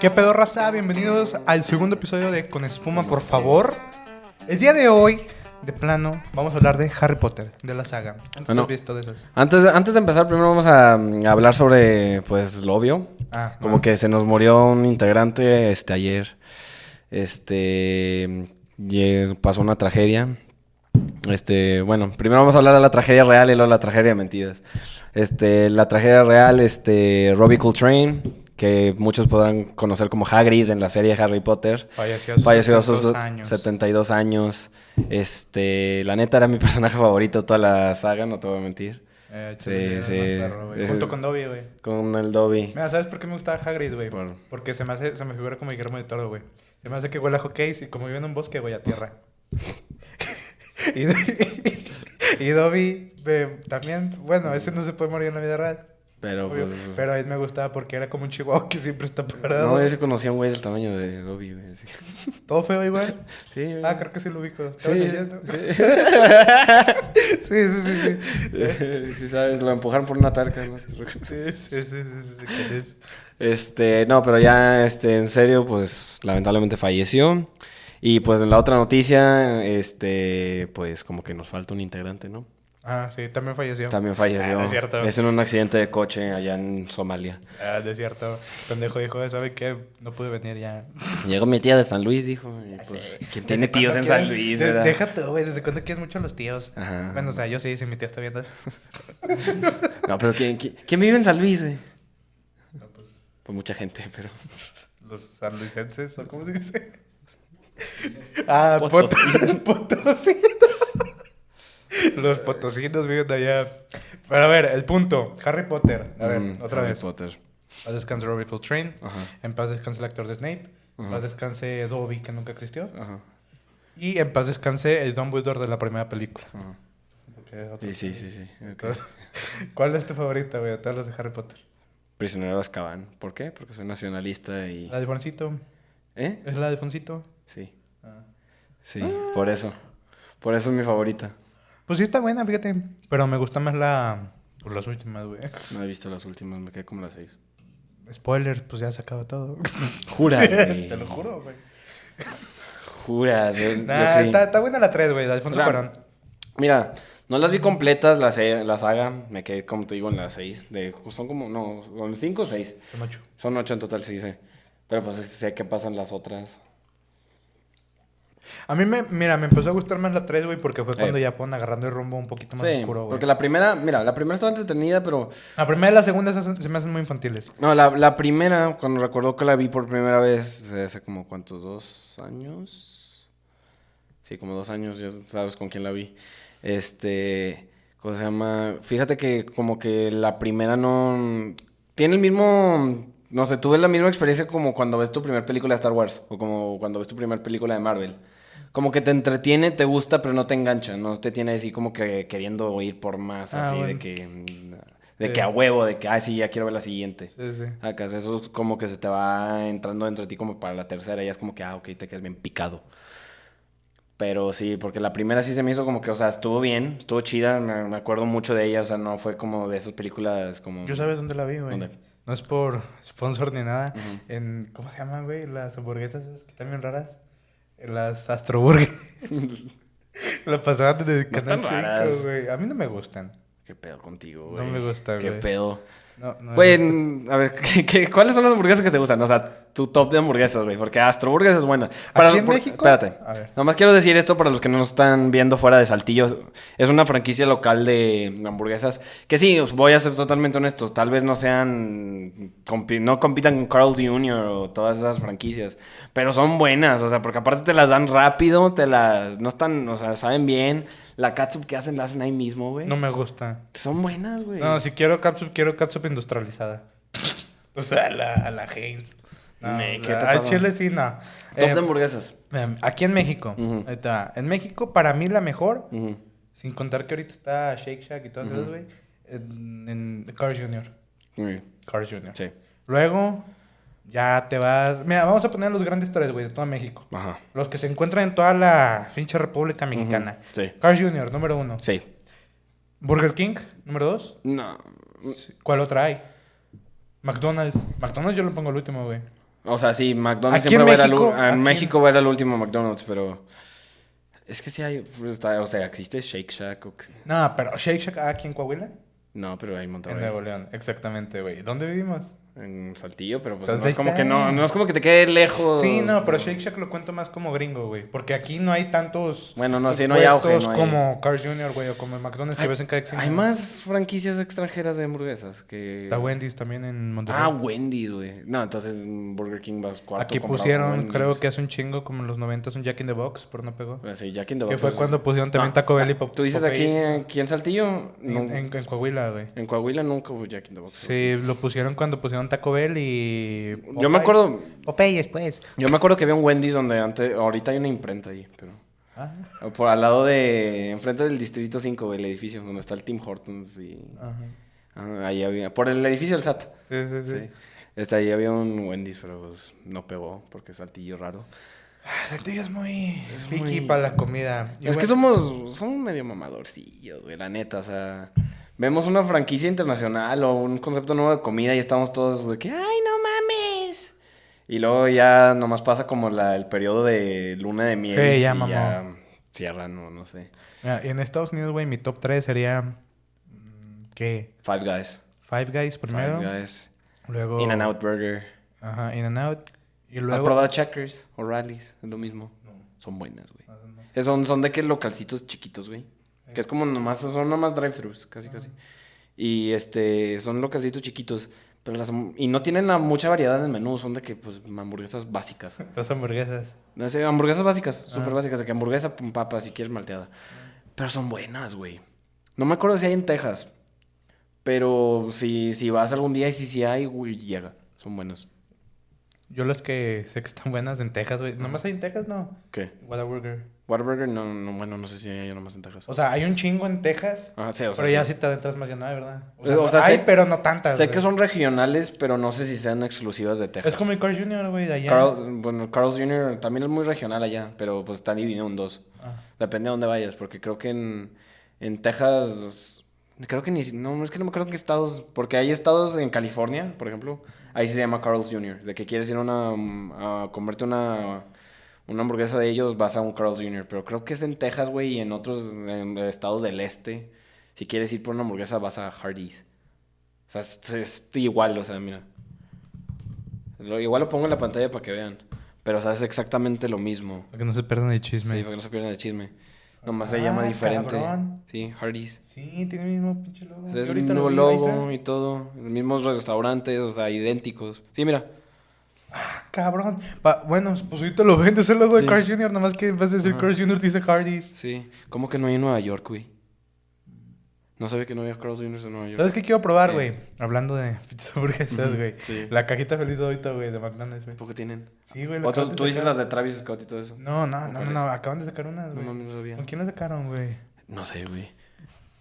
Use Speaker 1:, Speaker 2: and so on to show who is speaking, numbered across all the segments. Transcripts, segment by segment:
Speaker 1: ¿Qué pedo raza? Bienvenidos al segundo episodio de Con Espuma, por favor. El día de hoy, de plano, vamos a hablar de Harry Potter, de la saga. ¿Antes
Speaker 2: Ah, no.
Speaker 1: has visto de esas?
Speaker 2: Antes, antes de empezar, primero vamos a, mm, hablar sobre, pues, lo obvio.
Speaker 1: Ah,
Speaker 2: Como que se nos murió un integrante, este, ayer. Este, y eh, pasó una tragedia. Este, bueno, primero vamos a hablar de la tragedia real y luego la tragedia de mentiras. Este, la tragedia real, este, Robbie Coltrane, que muchos podrán conocer como Hagrid en la serie Harry Potter.
Speaker 1: Falleció a sus
Speaker 2: Falleció a sus
Speaker 1: 72 años.
Speaker 2: 72 años. Este, la neta era mi personaje favorito de toda la saga, no te voy a mentir.
Speaker 1: Eh,
Speaker 2: Sí,
Speaker 1: chale,
Speaker 2: sí.
Speaker 1: era más perro, güey.
Speaker 2: Es-
Speaker 1: Junto con Dobby, güey.
Speaker 2: Con el Dobby.
Speaker 1: Mira, ¿sabes por qué me gustaba Hagrid, güey?
Speaker 2: Por-
Speaker 1: Porque se me hace, se me figura como Guillermo de Toro, güey. Se me hace que huele a hotcakes y como vive en un bosque, güey, a tierra. y, y Dobby, eh, también, bueno, ese no se puede morir en la vida real.
Speaker 2: Pero,
Speaker 1: obvio,
Speaker 2: pues,
Speaker 1: pero a él me gustaba porque era como un chihuahua que siempre está parado.
Speaker 2: No, yo sí conocía a un güey del tamaño de Dobby, güey. Sí,
Speaker 1: Todo feo igual.
Speaker 2: Sí, güey.
Speaker 1: Ah, creo que sí lo ubico. Estaba
Speaker 2: Sí,
Speaker 1: leyendo.
Speaker 2: sí.
Speaker 1: Sí, sí, sí, sí.
Speaker 2: Sí, sabes, lo empujaron por una tarca. ¿no?
Speaker 1: Sí, sí, sí, sí, sí, sí, sí, sí.
Speaker 2: Este, no, pero ya, este, en serio, pues, lamentablemente falleció. Y, pues, en la otra noticia, este, pues, como que nos falta un integrante, ¿no?
Speaker 1: Ah, sí, también falleció.
Speaker 2: También
Speaker 1: Ah,
Speaker 2: falleció.
Speaker 1: no es cierto.
Speaker 2: en un accidente de coche allá en Somalia.
Speaker 1: Ah, de cierto. Pendejo dijo, ¿sabe qué? No pude venir ya.
Speaker 2: Llegó mi tía de San Luis, dijo. y, pues, ¿Quién tiene
Speaker 1: ¿Desde
Speaker 2: tíos
Speaker 1: cuándo
Speaker 2: en San
Speaker 1: quieres-
Speaker 2: Luis?
Speaker 1: de-
Speaker 2: verdad?
Speaker 1: Deja tú, güey. ¿Desde cuándo quieres mucho a los tíos?
Speaker 2: Ajá.
Speaker 1: Bueno, o sea, yo sí, si mi tía está viendo esto.
Speaker 2: No, pero ¿quién, quién, quién vive en San Luis, güey?
Speaker 1: Ah,
Speaker 2: Pues mucha gente, pero.
Speaker 1: Los sanluisenses, ¿o cómo se dice? ah, pot- potosinos. los potosinos viven de allá. Pero a ver, el punto. Harry Potter. A ver,
Speaker 2: Mm,
Speaker 1: otra
Speaker 2: Harry
Speaker 1: vez.
Speaker 2: Potter.
Speaker 1: Paz descanse Robbie Coltrane.
Speaker 2: Ajá.
Speaker 1: En paz descanse el actor de Snape. En
Speaker 2: Ajá.
Speaker 1: paz descanse Dobby, que nunca existió.
Speaker 2: Ajá.
Speaker 1: Y en paz descanse el Dumbledore de la primera película.
Speaker 2: ajá.
Speaker 1: Porque otro-
Speaker 2: Sí, sí, sí, sí. ok.
Speaker 1: Entonces, ¿Cuál es tu favorita, güey? De todas las de Harry Potter.
Speaker 2: Prisionero de Azkaban. ¿Por qué? Porque soy nacionalista y.
Speaker 1: La de Foncito.
Speaker 2: ¿Eh?
Speaker 1: ¿Es la de Foncito?
Speaker 2: Sí.
Speaker 1: Ah.
Speaker 2: Sí, por eso. Por eso es mi favorita.
Speaker 1: Pues sí está buena, fíjate. Pero me gusta más la... Pues las últimas, güey.
Speaker 2: No he visto las últimas, me quedé como las seis.
Speaker 1: Spoilers, pues ya se acaba todo.
Speaker 2: Jura, güey.
Speaker 1: Te lo juro, güey.
Speaker 2: Jura. yo- yo
Speaker 1: Nah,
Speaker 2: creí.
Speaker 1: está, está buena la 3, güey. De Alfonso
Speaker 2: O sea,
Speaker 1: Cuarón.
Speaker 2: Mira, no las vi completas la, se- la saga. Me quedé, como te digo, en las seis. De, son como, no, son cinco o seis.
Speaker 1: Son ocho.
Speaker 2: Son ocho en total, sí, sí. Pero pues sé qué pasan las otras.
Speaker 1: A mí me... Mira, me empezó a gustar más la 3, güey. Porque fue cuando
Speaker 2: Eh.
Speaker 1: ya fueron agarrando el rumbo un poquito más
Speaker 2: sí,
Speaker 1: oscuro, güey.
Speaker 2: porque la primera, mira, la primera estaba entretenida, pero...
Speaker 1: La primera y la segunda esas se me hacen muy infantiles.
Speaker 2: No, la, la primera, cuando recuerdo que la vi por primera vez eh, hace como, ¿cuántos? ¿Dos años? Sí, como dos años, ya sabes con quién la vi. Este, ¿cómo se llama? Fíjate que como que la primera no... Tiene el mismo... No sé, tuve la misma experiencia como cuando ves tu primer película de Star Wars o como cuando ves tu primer película de Marvel. Como que te entretiene, te gusta, pero no te engancha, no te tiene así como que queriendo ir por más,
Speaker 1: Ah,
Speaker 2: así de
Speaker 1: bueno.
Speaker 2: que... mm, De
Speaker 1: Sí.
Speaker 2: que a huevo, de que, ah, sí, ya quiero ver la siguiente.
Speaker 1: Sí, sí.
Speaker 2: Acá eso es como que se te va entrando dentro de ti como para la tercera, ya es como que, ah, ok, te quedas bien picado. Pero sí, porque la primera sí se me hizo como que, o sea, estuvo bien, estuvo chida, me, me acuerdo mucho de ella, o sea, no fue como de esas películas como...
Speaker 1: Yo sabes dónde la vi, güey.
Speaker 2: ¿Dónde?
Speaker 1: No es por sponsor ni nada. En, ¿cómo se llaman, güey? Las hamburguesas esas que están bien raras. En Las Astroburger. la pasaban de
Speaker 2: No
Speaker 1: Canal
Speaker 2: están raras.
Speaker 1: 5, güey. A mí no me gustan.
Speaker 2: ¿Qué pedo contigo,
Speaker 1: No
Speaker 2: güey?
Speaker 1: me gusta,
Speaker 2: ¿Qué
Speaker 1: güey.
Speaker 2: pedo?
Speaker 1: No, no me
Speaker 2: Güey,
Speaker 1: gustan.
Speaker 2: mm, a ver, ¿qué, qué- cuáles son las hamburguesas que te gustan? O sea, tu top de hamburguesas, güey, porque Astro Burgers es buena.
Speaker 1: ¿Aquí en
Speaker 2: por-
Speaker 1: México?
Speaker 2: Espérate.
Speaker 1: A ver.
Speaker 2: Nomás quiero decir esto para los que no nos están viendo fuera de Saltillo. Es una franquicia local de hamburguesas que sí, os voy a ser totalmente honestos. Tal vez no sean... compi- no compitan con Carl's Jr. o todas esas franquicias. Pero son buenas, o sea, porque aparte te las dan rápido, te las... No están... O sea, saben bien. La catsup que hacen la hacen ahí mismo, güey.
Speaker 1: No me gusta.
Speaker 2: Son buenas, güey.
Speaker 1: No, si quiero catsup, quiero catsup industrializada. o sea, la, a la Heinz. No,
Speaker 2: Me,
Speaker 1: o
Speaker 2: ¿qué
Speaker 1: sea,
Speaker 2: te
Speaker 1: al
Speaker 2: pasa?
Speaker 1: Chile sí, no.
Speaker 2: Top
Speaker 1: Eh,
Speaker 2: de hamburguesas.
Speaker 1: em, aquí en México.
Speaker 2: Ujú.
Speaker 1: ahí te va. En México, para mí, la mejor
Speaker 2: Ujú.
Speaker 1: Sin contar que ahorita está Shake Shack y todas esas, güey. En, en Carl Jr.
Speaker 2: Mm,
Speaker 1: Carl Jr.
Speaker 2: Sí.
Speaker 1: Luego, ya te vas. Mira, vamos a poner los grandes tres, güey, de todo México.
Speaker 2: Ajá.
Speaker 1: Los que se encuentran en toda la pinche República Mexicana.
Speaker 2: Sí.
Speaker 1: Carl Jr., número uno.
Speaker 2: Sí.
Speaker 1: Burger King, número dos.
Speaker 2: No.
Speaker 1: ¿Cuál otra hay? McDonald's. McDonald's yo lo pongo el último, güey.
Speaker 2: O sea, sí, McDonald's
Speaker 1: Aquí
Speaker 2: siempre
Speaker 1: en
Speaker 2: va a ir al
Speaker 1: México,
Speaker 2: u-
Speaker 1: aquí
Speaker 2: En
Speaker 1: en-
Speaker 2: México va a ir al último McDonald's, pero. Es que sí hay. pues, está- o sea, existe Shake Shack. o que-
Speaker 1: No, pero Shake Shack ah, aquí en Coahuila.
Speaker 2: No, pero hay
Speaker 1: En
Speaker 2: Monterrey.
Speaker 1: Nuevo León, exactamente, güey. ¿Dónde vivimos?
Speaker 2: En Saltillo, pero pues
Speaker 1: Entonces
Speaker 2: no
Speaker 1: ahí
Speaker 2: es como
Speaker 1: está.
Speaker 2: que no. No es como que te quede lejos.
Speaker 1: Sí, no, pero Shake Shack lo cuento más como gringo, güey. Porque aquí no hay tantos.
Speaker 2: Bueno, no, sí, no hay auge,
Speaker 1: puestos
Speaker 2: no hay-
Speaker 1: como Cars Jr., güey, o como el McDonald's que
Speaker 2: Hay-
Speaker 1: ves en cada esquina.
Speaker 2: Hay más franquicias extranjeras de hamburguesas que.
Speaker 1: Está Wendy's también en Monterrey.
Speaker 2: Ah, Wendy's, güey. No, entonces mm, Burger King vas cuarto.
Speaker 1: Aquí
Speaker 2: comprado con
Speaker 1: pusieron,
Speaker 2: Wendy's.
Speaker 1: creo que hace un chingo, como en los 90 un Jack in the Box, pero no pegó.
Speaker 2: Bueno, Pues, sí, Jack in the
Speaker 1: Que
Speaker 2: Box
Speaker 1: fue
Speaker 2: es-
Speaker 1: cuando pusieron también
Speaker 2: No, ah,
Speaker 1: Taco Bell y Pop-
Speaker 2: Tú dices
Speaker 1: Popeye
Speaker 2: aquí, aquí en Saltillo.
Speaker 1: en,
Speaker 2: No, en,
Speaker 1: en- en Coahuila, güey.
Speaker 2: Coahuila nunca hubo Jack in the Box.
Speaker 1: Sí, lo pusieron cuando pusieron Taco Bell y.
Speaker 2: Yo me acuerdo.
Speaker 1: Popeyes, pues.
Speaker 2: Yo me acuerdo que había un Wendy's donde antes. Ahorita hay una imprenta ahí, pero.
Speaker 1: Ah,
Speaker 2: Por al lado de. Enfrente del distrito 5, güey, el edificio donde está el Tim Hortons y.
Speaker 1: ajá.
Speaker 2: Ah, ahí había. Por el edificio del SAT.
Speaker 1: Sí, sí, sí.
Speaker 2: Sí. Este, ahí había un Wendy's, pero pues, no pegó porque es saltillo raro.
Speaker 1: Ah, Saltillo es muy.
Speaker 2: Es
Speaker 1: picky
Speaker 2: muy-
Speaker 1: para la comida. Y
Speaker 2: es que
Speaker 1: bueno,
Speaker 2: somos, somos medio mamadorcillos, güey, la neta, o sea... Vemos una franquicia internacional o un concepto nuevo de comida y estamos todos de que, ¡ay, no mames! Y luego ya nomás pasa como la, el periodo de luna de miel.
Speaker 1: Sí, ya
Speaker 2: y
Speaker 1: mamó.
Speaker 2: cierran o no sé.
Speaker 1: mira, en Estados Unidos, güey, mi top 3 sería. mm, ¿Qué?
Speaker 2: Five Guys.
Speaker 1: Five Guys primero.
Speaker 2: Five Guys.
Speaker 1: Luego.
Speaker 2: In and Out Burger.
Speaker 1: Ajá, In and Out. Y
Speaker 2: ¿Has
Speaker 1: luego.
Speaker 2: probado Checkers o Rallies? Es lo mismo. Son buenas, güey. Eh, Son, son de que localcitos chiquitos, güey.
Speaker 1: Eh.
Speaker 2: Que es como nomás, son nomás drive-thrus, casi, casi. Y este, son localcitos chiquitos. Pero las, y no tienen la mucha variedad en el menú, son de que, pues, hamburguesas básicas.
Speaker 1: Dos hamburguesas.
Speaker 2: No sé, hamburguesas
Speaker 1: Ah.
Speaker 2: básicas, súper básicas, de que hamburguesa, pum, papa, si quieres malteada. Pero son buenas, güey. No me acuerdo si hay en Texas. Pero si, si vas algún día y si, si hay, güey, llega. Son buenas.
Speaker 1: Yo las que sé que están buenas en Texas, güey. Nomás hay en Texas, no.
Speaker 2: ¿Qué?
Speaker 1: Whataburger.
Speaker 2: Whataburger, no, no, bueno, no sé si hay nomás en Texas.
Speaker 1: O sea, hay un chingo en Texas.
Speaker 2: Ah, sí, o sea,
Speaker 1: pero ya
Speaker 2: sí.
Speaker 1: sí te adentras más allá, ¿verdad?
Speaker 2: Eh, o
Speaker 1: no-
Speaker 2: sea,
Speaker 1: hay,
Speaker 2: sé-
Speaker 1: pero no tantas.
Speaker 2: Sé
Speaker 1: güey.
Speaker 2: que son regionales, pero no sé si sean exclusivas de Texas.
Speaker 1: Es como el Carl Jr., güey, de allá.
Speaker 2: Carl- bueno, Carl's Jr. también es muy regional allá, pero pues está dividido en dos.
Speaker 1: Ah.
Speaker 2: Depende de dónde vayas, porque creo que en, en Texas, creo que ni, si- no, es que no me acuerdo en qué estados, porque hay estados en California, por ejemplo, ahí sí se llama Carl's Jr., de que quieres ir a, una, mm, a comerte una, una hamburguesa de ellos, vas a un Carl's Jr., pero creo que es en Texas, güey, y en otros en estados del este, si quieres ir por una hamburguesa, vas a Hardee's. O sea, es, es igual, o sea, mira. Lo- igual lo pongo en la pantalla para que vean, pero o sea, es exactamente lo mismo.
Speaker 1: Para que no se pierdan el
Speaker 2: Sí,
Speaker 1: chisme.
Speaker 2: para que no se pierdan el chisme. Nomás
Speaker 1: Ah,
Speaker 2: se llama diferente.
Speaker 1: cabrón.
Speaker 2: Sí, Hardee's.
Speaker 1: Sí, tiene el mismo pinche logo.
Speaker 2: O sea,
Speaker 1: Yo
Speaker 2: es el
Speaker 1: ahorita lo
Speaker 2: mismo
Speaker 1: vi
Speaker 2: logo
Speaker 1: ahorita.
Speaker 2: y todo. Los mismos restaurantes, o sea, idénticos. Sí, mira.
Speaker 1: Ah, Cabrón. Pa- bueno, pues ahorita lo vendes el logo
Speaker 2: Sí.
Speaker 1: de Carl Jr., nomás que en vez de decir Carl Jr. dice Hardee's.
Speaker 2: Sí. ¿Cómo que no hay en Nueva York, güey? No sabía que no había Carl's Jr. en Nueva York.
Speaker 1: ¿Sabes qué quiero probar,
Speaker 2: Eh.
Speaker 1: güey? Hablando de pinches hamburguesas, güey.
Speaker 2: sí.
Speaker 1: La cajita feliz de ahorita, güey, de McDonald's, güey.
Speaker 2: ¿Por qué tienen?
Speaker 1: Sí, güey. la
Speaker 2: ¿O tú,
Speaker 1: acaban de
Speaker 2: tú dices
Speaker 1: sacar.
Speaker 2: las de Travis Scott y todo eso?
Speaker 1: No, no, no, no,
Speaker 2: ¿Cuáles?
Speaker 1: no, acaban de sacar unas,
Speaker 2: No
Speaker 1: güey.
Speaker 2: mames, no sabía.
Speaker 1: ¿Con quién las sacaron, güey?
Speaker 2: No sé, güey.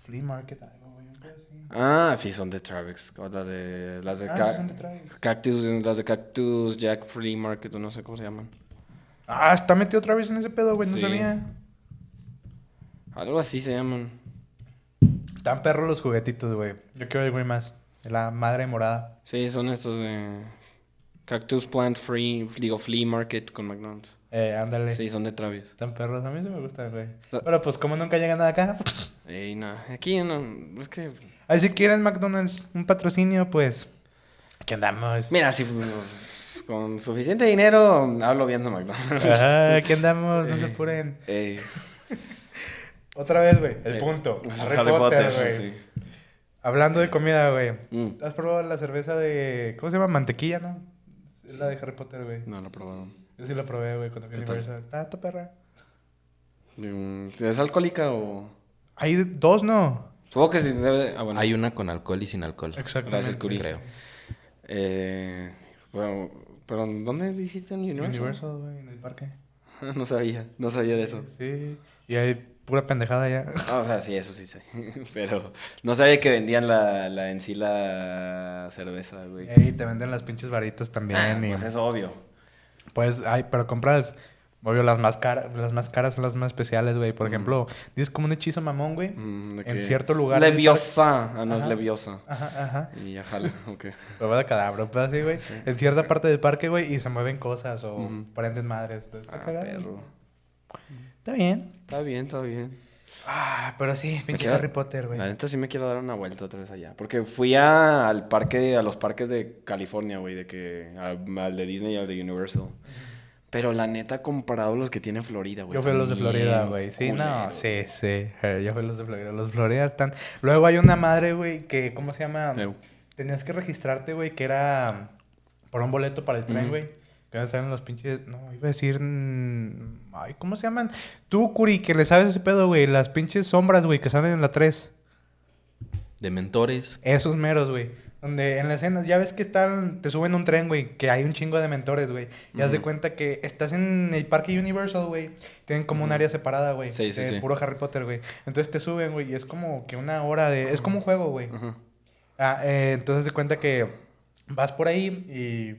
Speaker 1: Flea Market, algo, güey. un pedo así.
Speaker 2: Ah, sí, son de Travis Scott. Las de... Las de
Speaker 1: Ah,
Speaker 2: ca-
Speaker 1: son de Travis.
Speaker 2: Cactus, las de Cactus, Jack Free Market, o no sé cómo se llaman.
Speaker 1: Ah, está metido otra vez en ese pedo, güey, no
Speaker 2: Sí.
Speaker 1: sabía.
Speaker 2: Algo así se llaman.
Speaker 1: Tan perros los juguetitos, güey. Yo quiero el güey más. La madre morada.
Speaker 2: Sí, son estos de Cactus Plant Free, digo Flea Market con McDonald's.
Speaker 1: Eh, ándale.
Speaker 2: Sí, son de Travis.
Speaker 1: Tan perros. A mí sí me gustan, güey.
Speaker 2: La-
Speaker 1: Pero pues como nunca llegan acá.
Speaker 2: Ey, no, aquí no, es que...
Speaker 1: Ahí si quieren McDonald's un patrocinio, pues... Aquí andamos.
Speaker 2: Mira, si pues, con suficiente dinero hablo bien de McDonald's.
Speaker 1: Ajá, aquí andamos, no se apuren.
Speaker 2: Ey,
Speaker 1: Otra vez, güey. El
Speaker 2: eh,
Speaker 1: punto.
Speaker 2: Harry, Potter,
Speaker 1: güey.
Speaker 2: sí.
Speaker 1: Hablando de comida, güey.
Speaker 2: Mm,
Speaker 1: ¿Has probado la cerveza de... ¿Cómo se llama? Mantequilla, ¿no? Es La de Harry Potter, güey.
Speaker 2: No, lo he probado.
Speaker 1: Yo sí la probé, güey, cuando fui a
Speaker 2: ¿Qué tal?
Speaker 1: Universal. Ah, tu perra.
Speaker 2: Mm, ¿Es alcohólica o...?
Speaker 1: Hay dos, ¿no?
Speaker 2: Supongo que sí debe de- Ah, bueno.
Speaker 3: Hay una con alcohol y sin alcohol.
Speaker 1: Exactamente.
Speaker 2: Gracias, Curi.
Speaker 3: Creo.
Speaker 2: Eh, bueno, perdón, ¿dónde dijiste en Universal?
Speaker 1: Universal, güey, en el parque.
Speaker 2: no sabía, no sabía de eso.
Speaker 1: Sí. Y hay pura pendejada ya.
Speaker 2: Ah, o sea, sí, eso sí sé. Pero no sabía que vendían la, la en sí la cerveza, güey.
Speaker 1: Eh, Y te venden las pinches varitas también.
Speaker 2: Ah,
Speaker 1: y,
Speaker 2: pues es obvio.
Speaker 1: pues, ay, pero compras Obvio, las más, caras, las más caras son las más especiales, güey. Por ejemplo, dices como un hechizo mamón, güey.
Speaker 2: Mm, de que-
Speaker 1: En cierto lugar.
Speaker 2: Leviosa. Ah, no, es
Speaker 1: Ajá.
Speaker 2: leviosa.
Speaker 1: Ajá, ajá.
Speaker 2: Y ya jala, ok.
Speaker 1: Huevo de cadabra, pues así, güey. En cierta parte del parque, güey, y se mueven cosas o
Speaker 2: Ujú.
Speaker 1: prenden madres. Pues, Está
Speaker 2: Ah,
Speaker 1: cagado.
Speaker 2: perro.
Speaker 1: Está bien.
Speaker 2: Está bien, está bien.
Speaker 1: Ah, pero sí, pinche
Speaker 2: queda-
Speaker 1: Harry Potter, güey.
Speaker 2: La neta sí me quiero dar una vuelta otra vez allá. Porque fui a- al parque, a los parques de California, güey, de que a- al de Disney y al de Universal. Pero la neta, comparado a los que tiene Florida, güey.
Speaker 1: Yo fui a
Speaker 2: están
Speaker 1: los de Florida,
Speaker 2: bien
Speaker 1: güey. Sí, no,
Speaker 2: culeros.
Speaker 1: sí, sí. Eh, Yo fui a los de Florida. Los de Florida están. Luego hay una madre, güey, que, ¿cómo se llama?
Speaker 2: Eu.
Speaker 1: Tenías que registrarte, güey, que era mm, por un boleto para el tren,
Speaker 2: Ujú.
Speaker 1: güey. Que no salen los pinches. No, iba a decir. mm, Ay, ¿cómo se llaman? Tú, Curi, que le sabes ese pedo, güey. Las pinches sombras, güey, que salen en la 3.
Speaker 3: De mentores.
Speaker 1: Esos meros, güey. Donde en las escenas, ya ves que están, te suben a un tren, güey, que hay un chingo de mentores, güey. Y haz de
Speaker 2: Ujú.
Speaker 1: cuenta que estás en el parque Universal, güey. Tienen como un área separada, güey.
Speaker 2: Sí, sí,
Speaker 1: de
Speaker 2: sí.
Speaker 1: Puro Harry Potter, güey. Entonces te suben, güey, y es como que una hora de... Es como un juego, güey.
Speaker 2: Ajá.
Speaker 1: Ah, eh, entonces de cuenta que vas por ahí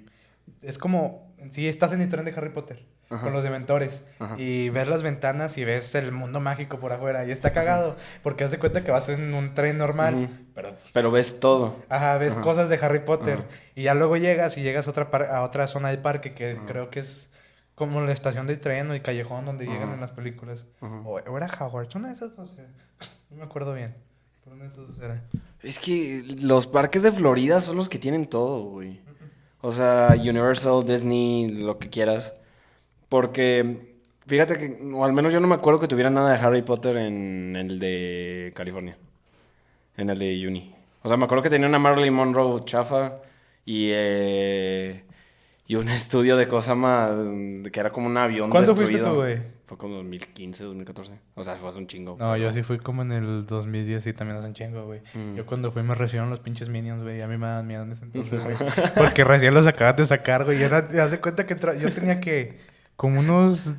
Speaker 1: y es como... Sí, estás en el tren de Harry Potter.
Speaker 2: Ajá.
Speaker 1: Con los dementores.
Speaker 2: Ajá.
Speaker 1: Y ves las ventanas y ves el mundo mágico por afuera. Y está cagado. Porque haz de cuenta que vas en un tren normal.
Speaker 2: Ujú.
Speaker 1: Pero
Speaker 2: Pero ves todo.
Speaker 1: Ajá, ves
Speaker 2: Ajá.
Speaker 1: cosas de Harry Potter.
Speaker 2: Ajá.
Speaker 1: Y ya luego llegas y llegas a otra, par- a otra zona del parque que
Speaker 2: Ajá.
Speaker 1: creo que es como la estación de tren o el callejón donde llegan
Speaker 2: Ajá.
Speaker 1: en las películas.
Speaker 2: Ajá.
Speaker 1: O, o era Hogwarts, una de esas dos. era. No me acuerdo bien. Pero una de esas dos era.
Speaker 2: Es que los parques de Florida son los que tienen todo, güey. O sea, Universal, Disney, lo que quieras. Porque, fíjate que, o al menos yo no me acuerdo que tuviera nada de Harry Potter en el de California. En el de Uni. O sea, me acuerdo que tenía una Marilyn Monroe chafa y, eh, y un estudio de cosa más, que era como un avión
Speaker 1: ¿Cuándo fuiste
Speaker 2: destruido.
Speaker 1: tú, güey?
Speaker 2: Fue como 2015, 2014. O sea, fue hace un chingo.
Speaker 1: No, yo sí fui como en el 2010 y también hace un chingo, güey.
Speaker 2: Mm.
Speaker 1: Yo cuando fui me recibieron los pinches minions, güey. y A mí me daban miedo en ese entonces, güey. Porque recién los acabas de sacar, güey. Y era, haz de cuenta que tra- yo tenía que como unos...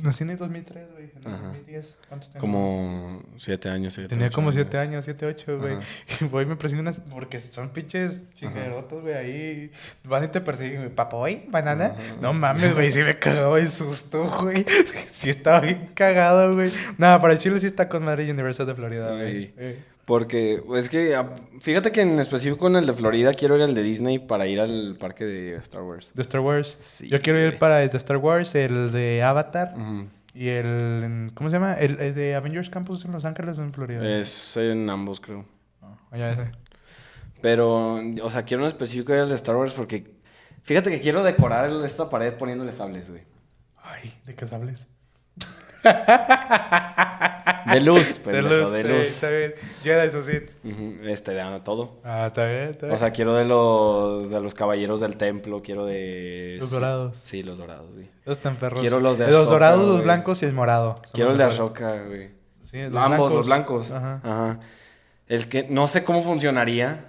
Speaker 1: Nací en el 2003, güey. En el
Speaker 2: Ajá.
Speaker 1: 2010. ¿Cuántos tengo?
Speaker 2: Como siete años. siete,
Speaker 1: Tenía
Speaker 2: ocho
Speaker 1: como 7 años, 7, 8, güey.
Speaker 2: Ajá.
Speaker 1: Y voy y me persiguen unas. Porque son pinches chingerotos, güey. Ahí van y te persiguen, güey. Papoy, banana. No mames, güey. Sí me cagaba el susto, güey. Sí estaba bien cagado, güey. Nada, para el Chile sí está con madre Universal de Florida, güey.
Speaker 2: Sí.
Speaker 1: Eh.
Speaker 2: Porque es que ah, fíjate que en específico en el de Florida quiero ir al de Disney para ir al parque de Star Wars.
Speaker 1: De Star Wars.
Speaker 2: Sí,
Speaker 1: Yo quiero ir
Speaker 2: güey.
Speaker 1: para el de Star Wars, el de Avatar
Speaker 2: Ujú.
Speaker 1: y el. ¿Cómo se llama? El, el de Avengers Campus en Los Ángeles o en Florida.
Speaker 2: Es en ambos, creo.
Speaker 1: Ah, ya sé.
Speaker 2: Pero, o sea, quiero en específico ir al de Star Wars porque fíjate que quiero decorar el- esta pared poniéndole sables, güey.
Speaker 1: Ay, ¿de qué hables?
Speaker 2: De luz,
Speaker 1: De
Speaker 2: pendejo,
Speaker 1: luz,
Speaker 2: de
Speaker 1: sí,
Speaker 2: luz.
Speaker 1: eh, Está bien. Jedi Suicide.
Speaker 2: Ujú, Este, de todo.
Speaker 1: Ah, está bien, está bien.
Speaker 2: O sea, quiero de los, de los caballeros del templo, quiero de...
Speaker 1: Los dorados.
Speaker 2: Sí, los dorados, güey.
Speaker 1: los tan perros.
Speaker 2: quiero los de
Speaker 1: Los
Speaker 2: Ahsoka,
Speaker 1: dorados, los
Speaker 2: güey.
Speaker 1: blancos y el morado. Son
Speaker 2: Quiero el de
Speaker 1: mejores.
Speaker 2: Ashoka, güey.
Speaker 1: Sí, los
Speaker 2: Ambos, los blancos.
Speaker 1: Ajá.
Speaker 2: Ajá. El que no sé cómo funcionaría,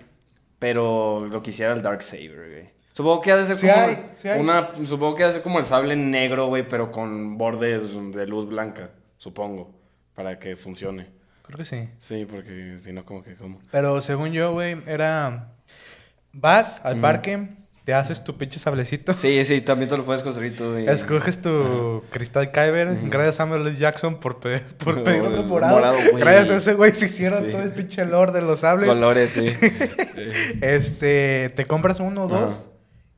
Speaker 2: pero lo quisiera el Dark Saber, güey. Supongo que ha de ser
Speaker 1: Sí
Speaker 2: como
Speaker 1: hay, sí hay.
Speaker 2: una supongo que ha de ser como el sable negro, güey, pero con bordes de luz blanca, supongo, para que funcione.
Speaker 1: Creo que sí.
Speaker 2: Sí, porque si no como que como.
Speaker 1: Pero según yo, güey, era. Vas al
Speaker 2: Mm.
Speaker 1: parque, te haces tu pinche sablecito.
Speaker 2: Sí, sí, también te lo puedes construir tú, güey.
Speaker 1: Escoges tu cristal Kyber. Gracias a Samuel L. Jackson por, pe- por pedir
Speaker 2: Por el
Speaker 1: un morado.
Speaker 2: morado, güey.
Speaker 1: Gracias a ese güey se hicieron
Speaker 2: Sí.
Speaker 1: todo el pinche lore de los sables.
Speaker 2: colores, sí.
Speaker 1: Este, te compras uno o dos
Speaker 2: Ajá.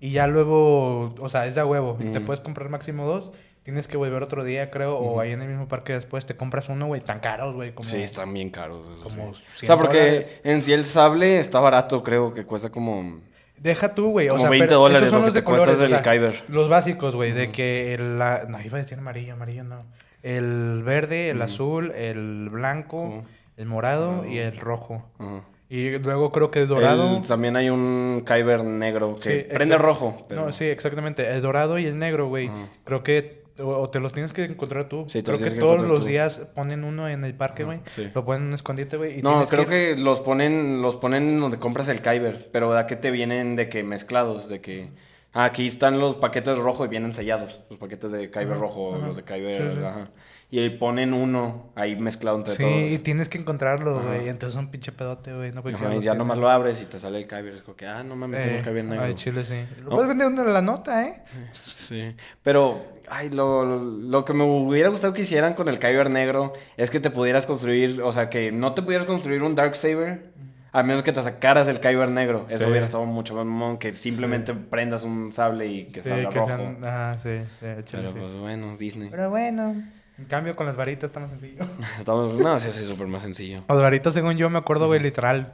Speaker 1: y ya luego, o sea, es de a huevo. Y te
Speaker 2: Mm.
Speaker 1: puedes comprar máximo dos. Tienes que volver otro día, creo, o ahí en el mismo parque después te compras uno, güey, tan caros, güey, como...
Speaker 2: Sí, están bien caros. eso
Speaker 1: como
Speaker 2: sí. O
Speaker 1: 100
Speaker 2: sea, porque
Speaker 1: dólares.
Speaker 2: en sí el sable está barato, creo que cuesta como
Speaker 1: Deja tú, güey, o
Speaker 2: Como
Speaker 1: sea,
Speaker 2: 20
Speaker 1: pero
Speaker 2: dólares
Speaker 1: esos son
Speaker 2: lo
Speaker 1: los
Speaker 2: que
Speaker 1: de
Speaker 2: te cuesta
Speaker 1: colores, o
Speaker 2: del
Speaker 1: sea,
Speaker 2: Kyber.
Speaker 1: Los básicos, güey, de que el... la- No, iba a decir amarillo, amarillo no. El verde, el azul, el blanco,
Speaker 2: Ujú.
Speaker 1: el morado y
Speaker 2: Ujú.
Speaker 1: el rojo.
Speaker 2: ajá.
Speaker 1: Y luego creo que el dorado...
Speaker 2: El- también hay un Kyber negro que
Speaker 1: Sí,
Speaker 2: prende
Speaker 1: exact-
Speaker 2: rojo. pero-
Speaker 1: No, sí, exactamente. El dorado y el negro, güey.
Speaker 2: Ajá.
Speaker 1: Creo que o, o te los tienes que encontrar tú.
Speaker 2: Sí, te
Speaker 1: creo
Speaker 2: los
Speaker 1: que,
Speaker 2: tienes que
Speaker 1: todos
Speaker 2: encontrar
Speaker 1: los
Speaker 2: tú.
Speaker 1: días ponen uno en el parque,
Speaker 2: Ajá,
Speaker 1: güey.
Speaker 2: sí.
Speaker 1: Lo ponen en un escondite, güey. y
Speaker 2: No,
Speaker 1: tienes
Speaker 2: creo
Speaker 1: ir-
Speaker 2: que, los ponen los ponen donde compras el Kyber, pero ¿a qué te vienen de que mezclados? De que ah, aquí están los paquetes rojo y vienen sellados, los paquetes de Kyber
Speaker 1: Ajá,
Speaker 2: rojo,
Speaker 1: ajá.
Speaker 2: los de Kyber,
Speaker 1: Sí, sí.
Speaker 2: ajá. Y ahí ponen uno ahí mezclado entre
Speaker 1: Sí,
Speaker 2: todos.
Speaker 1: y tienes que encontrarlo,
Speaker 2: Ajá.
Speaker 1: güey. Entonces es un pinche pedote, güey. No
Speaker 2: Ajá,
Speaker 1: cualquiera
Speaker 2: y ya
Speaker 1: tiene.
Speaker 2: nomás lo abres y te sale el caviar. Es como que, ah, no mames, tengo
Speaker 1: Eh,
Speaker 2: el caviar negro.
Speaker 1: Ay, chile, sí. Lo
Speaker 2: No.
Speaker 1: puedes vender una la nota, ¿eh?
Speaker 2: Sí. Pero, ay, lo, lo- lo que me hubiera gustado que hicieran con el Kyber negro es que te pudieras construir, o sea, que no te pudieras construir un Dark Saber a menos que te sacaras el Kyber negro. Eso
Speaker 1: Sí.
Speaker 2: hubiera estado mucho más mamón que simplemente prendas un sable y que
Speaker 1: sí,
Speaker 2: salga
Speaker 1: que
Speaker 2: rojo.
Speaker 1: sean. Ajá, sí, sí, al chile,
Speaker 2: Pero
Speaker 1: sí.
Speaker 2: pues bueno, Disney.
Speaker 1: Pero bueno. En cambio, con las varitas está más sencillo.
Speaker 2: Estamos, no, sí, sí, súper más sencillo.
Speaker 1: Las varitas, según yo me acuerdo, güey, literal,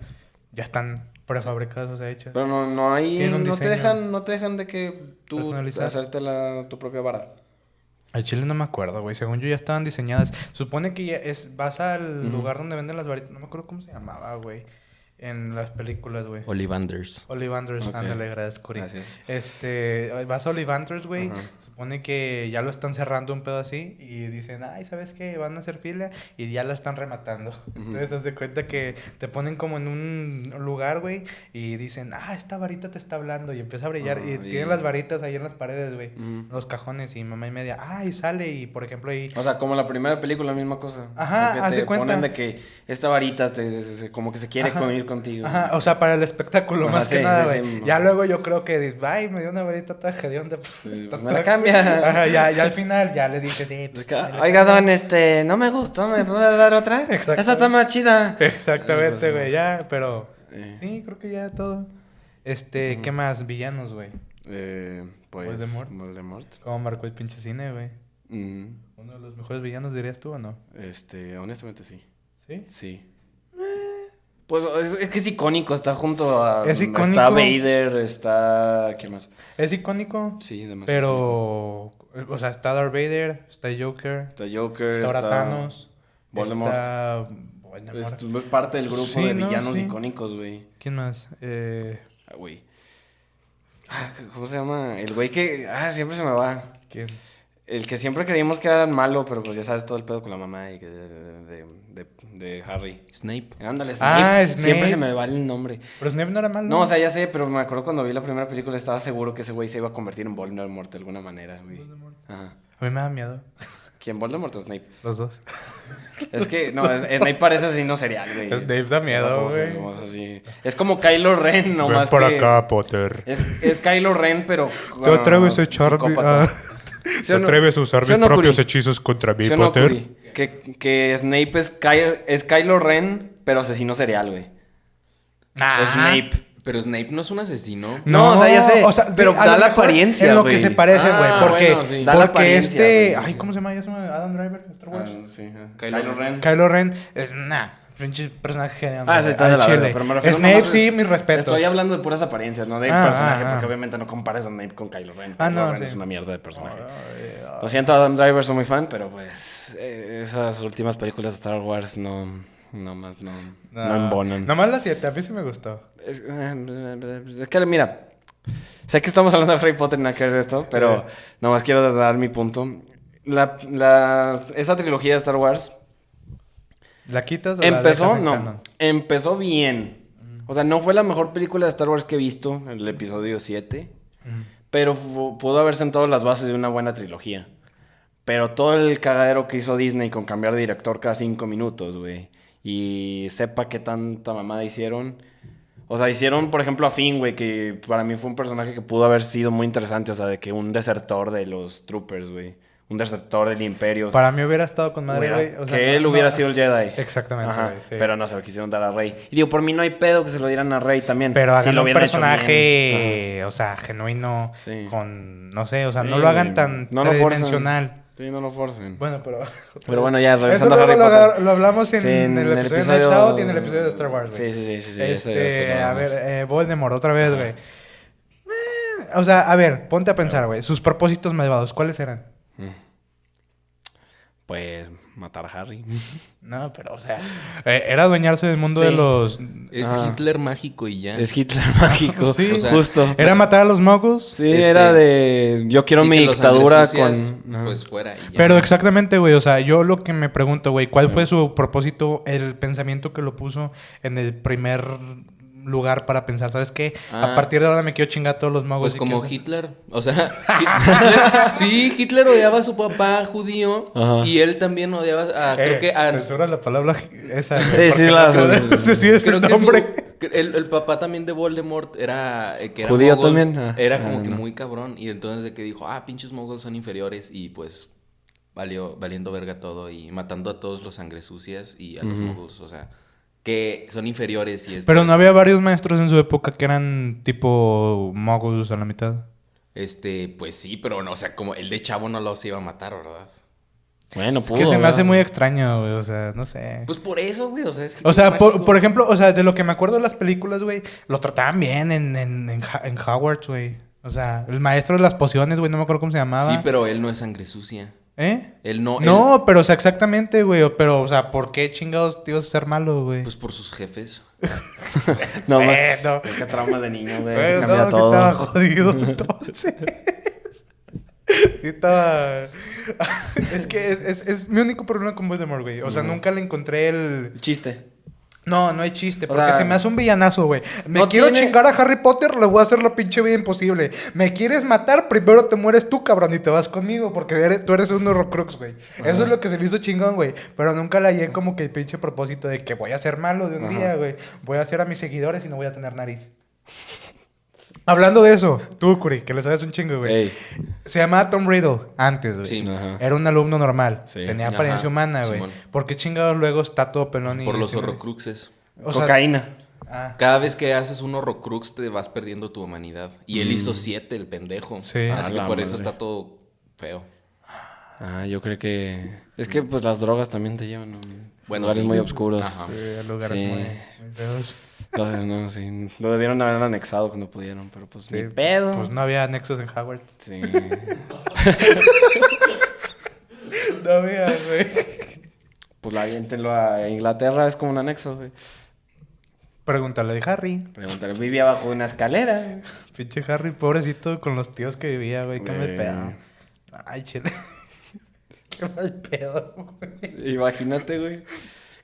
Speaker 1: ya están prefabricadas, o sea, hechas.
Speaker 2: Pero no, no hay,
Speaker 1: Tiene un
Speaker 2: no te
Speaker 1: diseño.
Speaker 2: dejan, no te dejan de que tú
Speaker 1: Personalizar.
Speaker 2: hacerte la, tu propia vara.
Speaker 1: Al chile no me acuerdo, güey. Según yo ya estaban diseñadas. Supone que ya es, vas al
Speaker 2: Ujú.
Speaker 1: lugar donde venden las varitas. No me acuerdo cómo se llamaba, güey. En las películas, güey.
Speaker 3: Olivanders.
Speaker 1: Ollivanders,
Speaker 2: Ok.
Speaker 1: ándale, gracias, Curi.
Speaker 2: Gracias.
Speaker 1: Este, vas a Ollivanders, güey.
Speaker 2: Ajá.
Speaker 1: Supone que ya lo están cerrando un pedo así y dicen, ay, ¿sabes qué? Van a hacer fila y ya la están rematando. Entonces, haz de cuenta que te ponen como en un lugar, güey, y dicen, ah, esta varita te está hablando y empieza a brillar. y
Speaker 2: Ah,
Speaker 1: tienen
Speaker 2: bien.
Speaker 1: las varitas ahí en las paredes, güey,
Speaker 2: Ujú.
Speaker 1: los cajones y mamá y media, ay, sale y, por ejemplo, ahí.
Speaker 2: O sea, como la primera película, la misma cosa.
Speaker 1: Ajá,
Speaker 2: De
Speaker 1: haz
Speaker 2: que
Speaker 1: de
Speaker 2: te
Speaker 1: cuenta.
Speaker 2: ponen de que esta varita te- se- se- como que se quiere
Speaker 1: Ajá.
Speaker 2: comer contigo.
Speaker 1: Ajá, o sea, para el espectáculo,
Speaker 2: Ajá,
Speaker 1: más que
Speaker 2: sí,
Speaker 1: nada,
Speaker 2: sí,
Speaker 1: güey.
Speaker 2: sí,
Speaker 1: ya
Speaker 2: ajá.
Speaker 1: luego yo creo que dices, ay, me dio una varita toda hedionda. pues,
Speaker 2: Sí,
Speaker 1: está
Speaker 2: me la
Speaker 1: toda-
Speaker 2: cambia.
Speaker 1: Ajá, ya, ya al final ya le dices, sí,
Speaker 2: Es
Speaker 1: pues,
Speaker 2: que,
Speaker 1: me la
Speaker 2: Oiga,
Speaker 1: cambia".
Speaker 2: don, este, no me gustó, ¿me puede dar otra?
Speaker 1: Exacto.
Speaker 2: Esta está más chida.
Speaker 1: Exactamente,
Speaker 2: Ay, pues,
Speaker 1: güey,
Speaker 2: no.
Speaker 1: ya, pero...
Speaker 2: Eh,
Speaker 1: Sí, creo que ya todo. Este, ¿qué más? Villanos, güey.
Speaker 2: eh, pues,
Speaker 1: Voldemort.
Speaker 2: Voldemort.
Speaker 1: ¿Cómo marcó el pinche cine, güey?
Speaker 2: Mm,
Speaker 1: Uno de los mejores villanos, dirías tú, ¿o no?
Speaker 2: este, honestamente sí.
Speaker 1: Sí.
Speaker 2: Sí. Pues es, es que es icónico, está junto a...
Speaker 1: Es icónico.
Speaker 2: Está Vader, está... ¿Quién más?
Speaker 1: Es icónico,
Speaker 2: Sí, demasiado
Speaker 1: pero... O sea, está Darth Vader, está Joker,
Speaker 2: icónico. Está Joker,
Speaker 1: está ahora Thanos.
Speaker 2: Voldemort.
Speaker 1: Está... Voldemort.
Speaker 2: Es, es parte del grupo
Speaker 1: Sí,
Speaker 2: de
Speaker 1: ¿no?
Speaker 2: villanos
Speaker 1: Sí.
Speaker 2: icónicos, güey.
Speaker 1: ¿Quién más? Eh,
Speaker 2: Ah, güey. Ah, c- ¿Cómo se llama? El güey que. Ah, siempre se me va.
Speaker 1: ¿Quién?
Speaker 2: El que siempre creímos que era malo, pero pues ya sabes todo el pedo con la mamá y que de, de, de- de Harry.
Speaker 3: Snape.
Speaker 2: Ándale,
Speaker 1: Ah,
Speaker 2: Snape.
Speaker 1: Snape.
Speaker 2: Siempre se me va el nombre.
Speaker 1: Pero Snape no era malo.
Speaker 2: No, o sea, ya sé, pero me acuerdo cuando vi la primera película, estaba seguro que ese güey se iba a convertir en Voldemort de alguna manera, güey. Ajá.
Speaker 1: A mí me da miedo.
Speaker 2: ¿Quién, Voldemort o Snape?
Speaker 1: Los dos.
Speaker 2: Es que, no, es- Snape parece asesino serial, güey.
Speaker 1: Snape da miedo,
Speaker 2: O sea, como que,
Speaker 1: güey.
Speaker 2: no, o sea, sí. Es como Kylo Ren, nomás
Speaker 1: Ven por
Speaker 2: que-
Speaker 1: acá, Potter.
Speaker 2: Es, es Kylo Ren, pero.
Speaker 1: ¿Te atreves a echar... ah,
Speaker 2: psicópata. ¿Sí
Speaker 1: ¿Te
Speaker 2: o no?
Speaker 1: atreves a usar
Speaker 2: ¿Sí o
Speaker 1: mis
Speaker 2: no,
Speaker 1: propios
Speaker 2: Curi?
Speaker 1: hechizos contra mí,
Speaker 2: ¿Sí o no,
Speaker 1: Potter?
Speaker 2: Curi? Que, que Snape es, Ky- es Kylo Ren, pero asesino serial, güey. Ah, Snape.
Speaker 3: Pero Snape no es un asesino.
Speaker 2: No, o sea, ya sé, pero
Speaker 1: a
Speaker 2: da
Speaker 1: lo
Speaker 2: la
Speaker 1: mejor
Speaker 2: apariencia,
Speaker 1: En lo que
Speaker 2: güey.
Speaker 1: se parece, güey.
Speaker 3: Ah,
Speaker 1: porque
Speaker 3: bueno, sí.
Speaker 2: Da la
Speaker 1: porque
Speaker 2: apariencia,
Speaker 1: este.
Speaker 2: güey.
Speaker 1: Ay, ¿cómo se llama? ¿Ya se llama Adam Driver? Star Wars.
Speaker 2: Ah, Kylo, Ren.
Speaker 1: Kylo Ren es nah, pinche personaje de
Speaker 2: Ah, sí, está
Speaker 1: al
Speaker 2: de la verga,
Speaker 1: chile.
Speaker 2: pero me refiero
Speaker 1: Snape,
Speaker 2: nomás-
Speaker 1: sí, mis respetos.
Speaker 2: Estoy hablando de puras apariencias, no de
Speaker 1: Ah,
Speaker 2: personaje,
Speaker 1: ah, ah.
Speaker 2: porque obviamente no compares a Snape con Kylo Ren.
Speaker 1: Ah,
Speaker 2: Kylo
Speaker 1: no,
Speaker 2: Ren
Speaker 1: sí. Ah.
Speaker 2: es una mierda de personaje. Lo siento, Adam Driver, soy muy fan, pero pues eh, esas últimas películas de Star Wars no, no más, no, no, embonan.
Speaker 1: Nomás la 7, a mí sí me gustó.
Speaker 2: Es, eh, es que, mira, sé que estamos hablando de Harry Potter y nada que ver esto, pero nomás quiero dar mi punto. La, la- esa trilogía de Star Wars
Speaker 1: ¿La quitas o la
Speaker 2: empezó,
Speaker 1: dejas en
Speaker 2: no,
Speaker 1: canon?
Speaker 2: empezó bien. O sea, no fue la mejor película de Star Wars que he visto, el episodio 7,
Speaker 1: Mm.
Speaker 2: pero fu- pudo haber sentado las bases de una buena trilogía. Pero todo el cagadero que hizo Disney con cambiar de director cada cinco minutos, güey. Y sepa qué tanta mamada hicieron. O sea, hicieron, por ejemplo, a Finn, güey, que para mí fue un personaje que pudo haber sido muy interesante. O sea, de que un desertor de los troopers, güey. Un desertor del imperio.
Speaker 1: Para mí hubiera estado con madre,
Speaker 2: Pues, Hubiera-
Speaker 1: güey. o sea,
Speaker 2: que
Speaker 1: no-
Speaker 2: él hubiera
Speaker 1: no-
Speaker 2: sido el Jedi.
Speaker 1: Exactamente,
Speaker 2: Ajá,
Speaker 1: güey, sí.
Speaker 2: Pero no se lo quisieron dar a Rey. Y digo, por mí no hay pedo que se lo dieran a Rey también.
Speaker 1: Pero
Speaker 2: si
Speaker 1: hagan
Speaker 2: lo
Speaker 1: un
Speaker 2: hubieran hecho bien.
Speaker 1: personaje, o sea, genuino,
Speaker 2: Sí.
Speaker 1: con, no sé, o sea,
Speaker 2: Sí,
Speaker 1: no lo hagan
Speaker 2: güey.
Speaker 1: tan
Speaker 2: No lo forzan.
Speaker 1: tridimensional.
Speaker 2: Ajá. Sí, no lo forcen.
Speaker 1: Bueno, pero...
Speaker 2: Pero bueno, ya,
Speaker 1: Eso
Speaker 2: regresando a
Speaker 1: luego
Speaker 2: Harry
Speaker 1: lo,
Speaker 2: Potter.
Speaker 1: agar- lo hablamos en,
Speaker 2: Sí,
Speaker 1: en el, episodio de Knives Out y en el episodio de Star Wars, güey.
Speaker 2: Sí, sí, sí, sí. sí, eso ya
Speaker 1: este,
Speaker 2: después lo
Speaker 1: a ver,
Speaker 2: hablamos.
Speaker 1: eh, Voldemort, otra vez, güey. Eh, o sea, a ver, ponte a pensar, güey. Sus propósitos malvados, ¿cuáles eran?
Speaker 2: Pues matar a Harry.
Speaker 1: No, pero, o sea... eh, era adueñarse del mundo de
Speaker 2: Sí.
Speaker 1: los...
Speaker 3: Es
Speaker 2: Ajá.
Speaker 3: Hitler mágico y ya.
Speaker 2: Ah. Es Hitler mágico.
Speaker 1: Sí.
Speaker 2: o sea, justo.
Speaker 1: Era matar a los muggles.
Speaker 2: sí,
Speaker 3: este-
Speaker 2: era de yo quiero
Speaker 3: Sí,
Speaker 2: mi
Speaker 3: que los
Speaker 2: dictadura
Speaker 3: sangresucias,
Speaker 2: con Ajá.
Speaker 3: Pues fuera. y ya.
Speaker 1: Pero exactamente, güey. O sea, yo lo que me pregunto, güey, ¿cuál fue su propósito, el pensamiento que lo puso en el primer lugar para pensar, ¿sabes qué?
Speaker 3: Ah.
Speaker 1: A partir de ahora me quiero chingar a todos los magos.
Speaker 3: Pues
Speaker 1: y
Speaker 3: como
Speaker 1: quiero-
Speaker 3: Hitler. O sea, Hitler- sí, Hitler odiaba a su papá judío
Speaker 2: Ajá.
Speaker 3: y él también odiaba a, creo
Speaker 1: Eh,
Speaker 3: que a,
Speaker 1: Censura la palabra esa. güey,
Speaker 2: Sí, sí,
Speaker 1: porque
Speaker 2: la-
Speaker 1: no creo- Sí, sí, es
Speaker 3: creo
Speaker 1: el
Speaker 3: que su-
Speaker 1: nombre.
Speaker 3: que el, el papá también de Voldemort era eh, que era
Speaker 2: Judío
Speaker 3: mogol,
Speaker 2: también, ah.
Speaker 3: era
Speaker 2: Ah,
Speaker 3: como que
Speaker 2: no.
Speaker 3: muy cabrón y entonces de que dijo, "Ah, pinches mogols son inferiores" y pues valió valiendo verga todo y matando a todos los sangres sucias y a los moguls, o sea, que son inferiores y es
Speaker 1: Pero
Speaker 3: por
Speaker 1: no había varios maestros en su época que eran tipo muggles a la mitad.
Speaker 3: Este, pues sí, pero no, o sea, como el de chavo no los iba a matar, ¿verdad?
Speaker 2: Bueno,
Speaker 1: Es que se me hace muy extraño, güey. O sea, no sé.
Speaker 3: Pues por eso, güey, o sea, es que
Speaker 1: O sea, por,
Speaker 3: mágico.
Speaker 1: por ejemplo, o sea, de lo que me acuerdo de las películas, güey, lo trataban bien en, en, en, Ha- en Hogwarts, güey. O sea, el maestro de las pociones, güey, no me acuerdo cómo se llamaba.
Speaker 3: Sí, pero él no es sangre sucia.
Speaker 1: ¿Eh?
Speaker 3: Él no
Speaker 1: No,
Speaker 3: él-
Speaker 1: pero o sea, exactamente, güey. o- Pero, o sea, ¿por qué chingados te ibas a ser malo, güey?
Speaker 3: pues por sus jefes.
Speaker 2: No, ma-
Speaker 1: Eh, no.
Speaker 2: Es que trauma de niño, güey.
Speaker 1: Güey,
Speaker 2: se
Speaker 1: no,
Speaker 2: cambia
Speaker 1: sí
Speaker 2: todo.
Speaker 1: estaba jodido entonces. sí estaba... es que es, es- es mi único problema con Voldemort, güey. O sea, nunca le encontré el...
Speaker 2: Chiste.
Speaker 1: No, no hay chiste,
Speaker 2: O
Speaker 1: porque
Speaker 2: sea,
Speaker 1: se me hace un villanazo, güey. Me
Speaker 2: no
Speaker 1: quiero
Speaker 2: tiene-
Speaker 1: chingar a Harry Potter, le voy a hacer la pinche vida imposible. Me quieres matar, primero te mueres tú, cabrón, y te vas conmigo, porque eres- tú eres un horrocrux, güey. Eso es lo que se le hizo chingón, güey. Pero nunca le hallé como que el pinche propósito de que voy a ser malo de un
Speaker 2: Ajá.
Speaker 1: día, güey. Voy a hacer a mis seguidores y no voy a tener nariz. Hablando de eso, tú, Curi, que le sabes un chingo, güey.
Speaker 2: Ey.
Speaker 1: Se llamaba Tom Riddle antes, güey.
Speaker 3: Sí.
Speaker 2: Ajá.
Speaker 1: Era un alumno normal.
Speaker 2: Sí.
Speaker 1: Tenía
Speaker 3: Ajá,
Speaker 1: apariencia humana, güey.
Speaker 3: Simón.
Speaker 1: ¿Por qué chingados luego está todo pelón y...
Speaker 3: Por los
Speaker 1: sin nariz?
Speaker 3: horrocruxes.
Speaker 1: O sea,
Speaker 2: Cocaína.
Speaker 1: Ah,
Speaker 3: Cada vez que haces un horrocrux te vas perdiendo tu humanidad. Y él hizo siete, el pendejo.
Speaker 1: Mm. Sí.
Speaker 3: Así
Speaker 2: A
Speaker 3: que
Speaker 2: la
Speaker 3: por eso
Speaker 2: madre.
Speaker 3: está todo feo.
Speaker 2: Ah, yo creo que. Es que pues las drogas también te llevan a
Speaker 3: Bueno,
Speaker 2: lugares
Speaker 3: sí.
Speaker 2: muy oscuros.
Speaker 3: Ajá.
Speaker 1: sí, a lugares
Speaker 2: Sí.
Speaker 1: muy- muy feos.
Speaker 2: Entonces, no, sí. Lo debieron haber anexado cuando pudieron, pero pues
Speaker 1: Sí,
Speaker 2: ni pedo.
Speaker 1: Pues no había anexos en Howard.
Speaker 2: Sí.
Speaker 1: No había, güey.
Speaker 2: Pues la viéntenlo a Inglaterra, es como un anexo, güey.
Speaker 1: Pregúntale de Harry.
Speaker 2: Preguntar, vivía bajo una escalera.
Speaker 1: Pinche Harry, pobrecito con los tíos que vivía, güey. Qué mal
Speaker 2: Güey.
Speaker 1: pedo. Ay, chile. Qué mal pedo, güey.
Speaker 2: Imagínate, güey.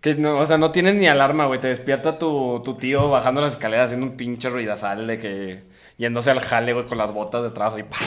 Speaker 2: Que no, o sea, no tienes ni alarma, güey. Te despierta tu, tu tío bajando las escaleras haciendo un pinche ruidazal de que yéndose al jale, güey, con las botas de trabajo y pa.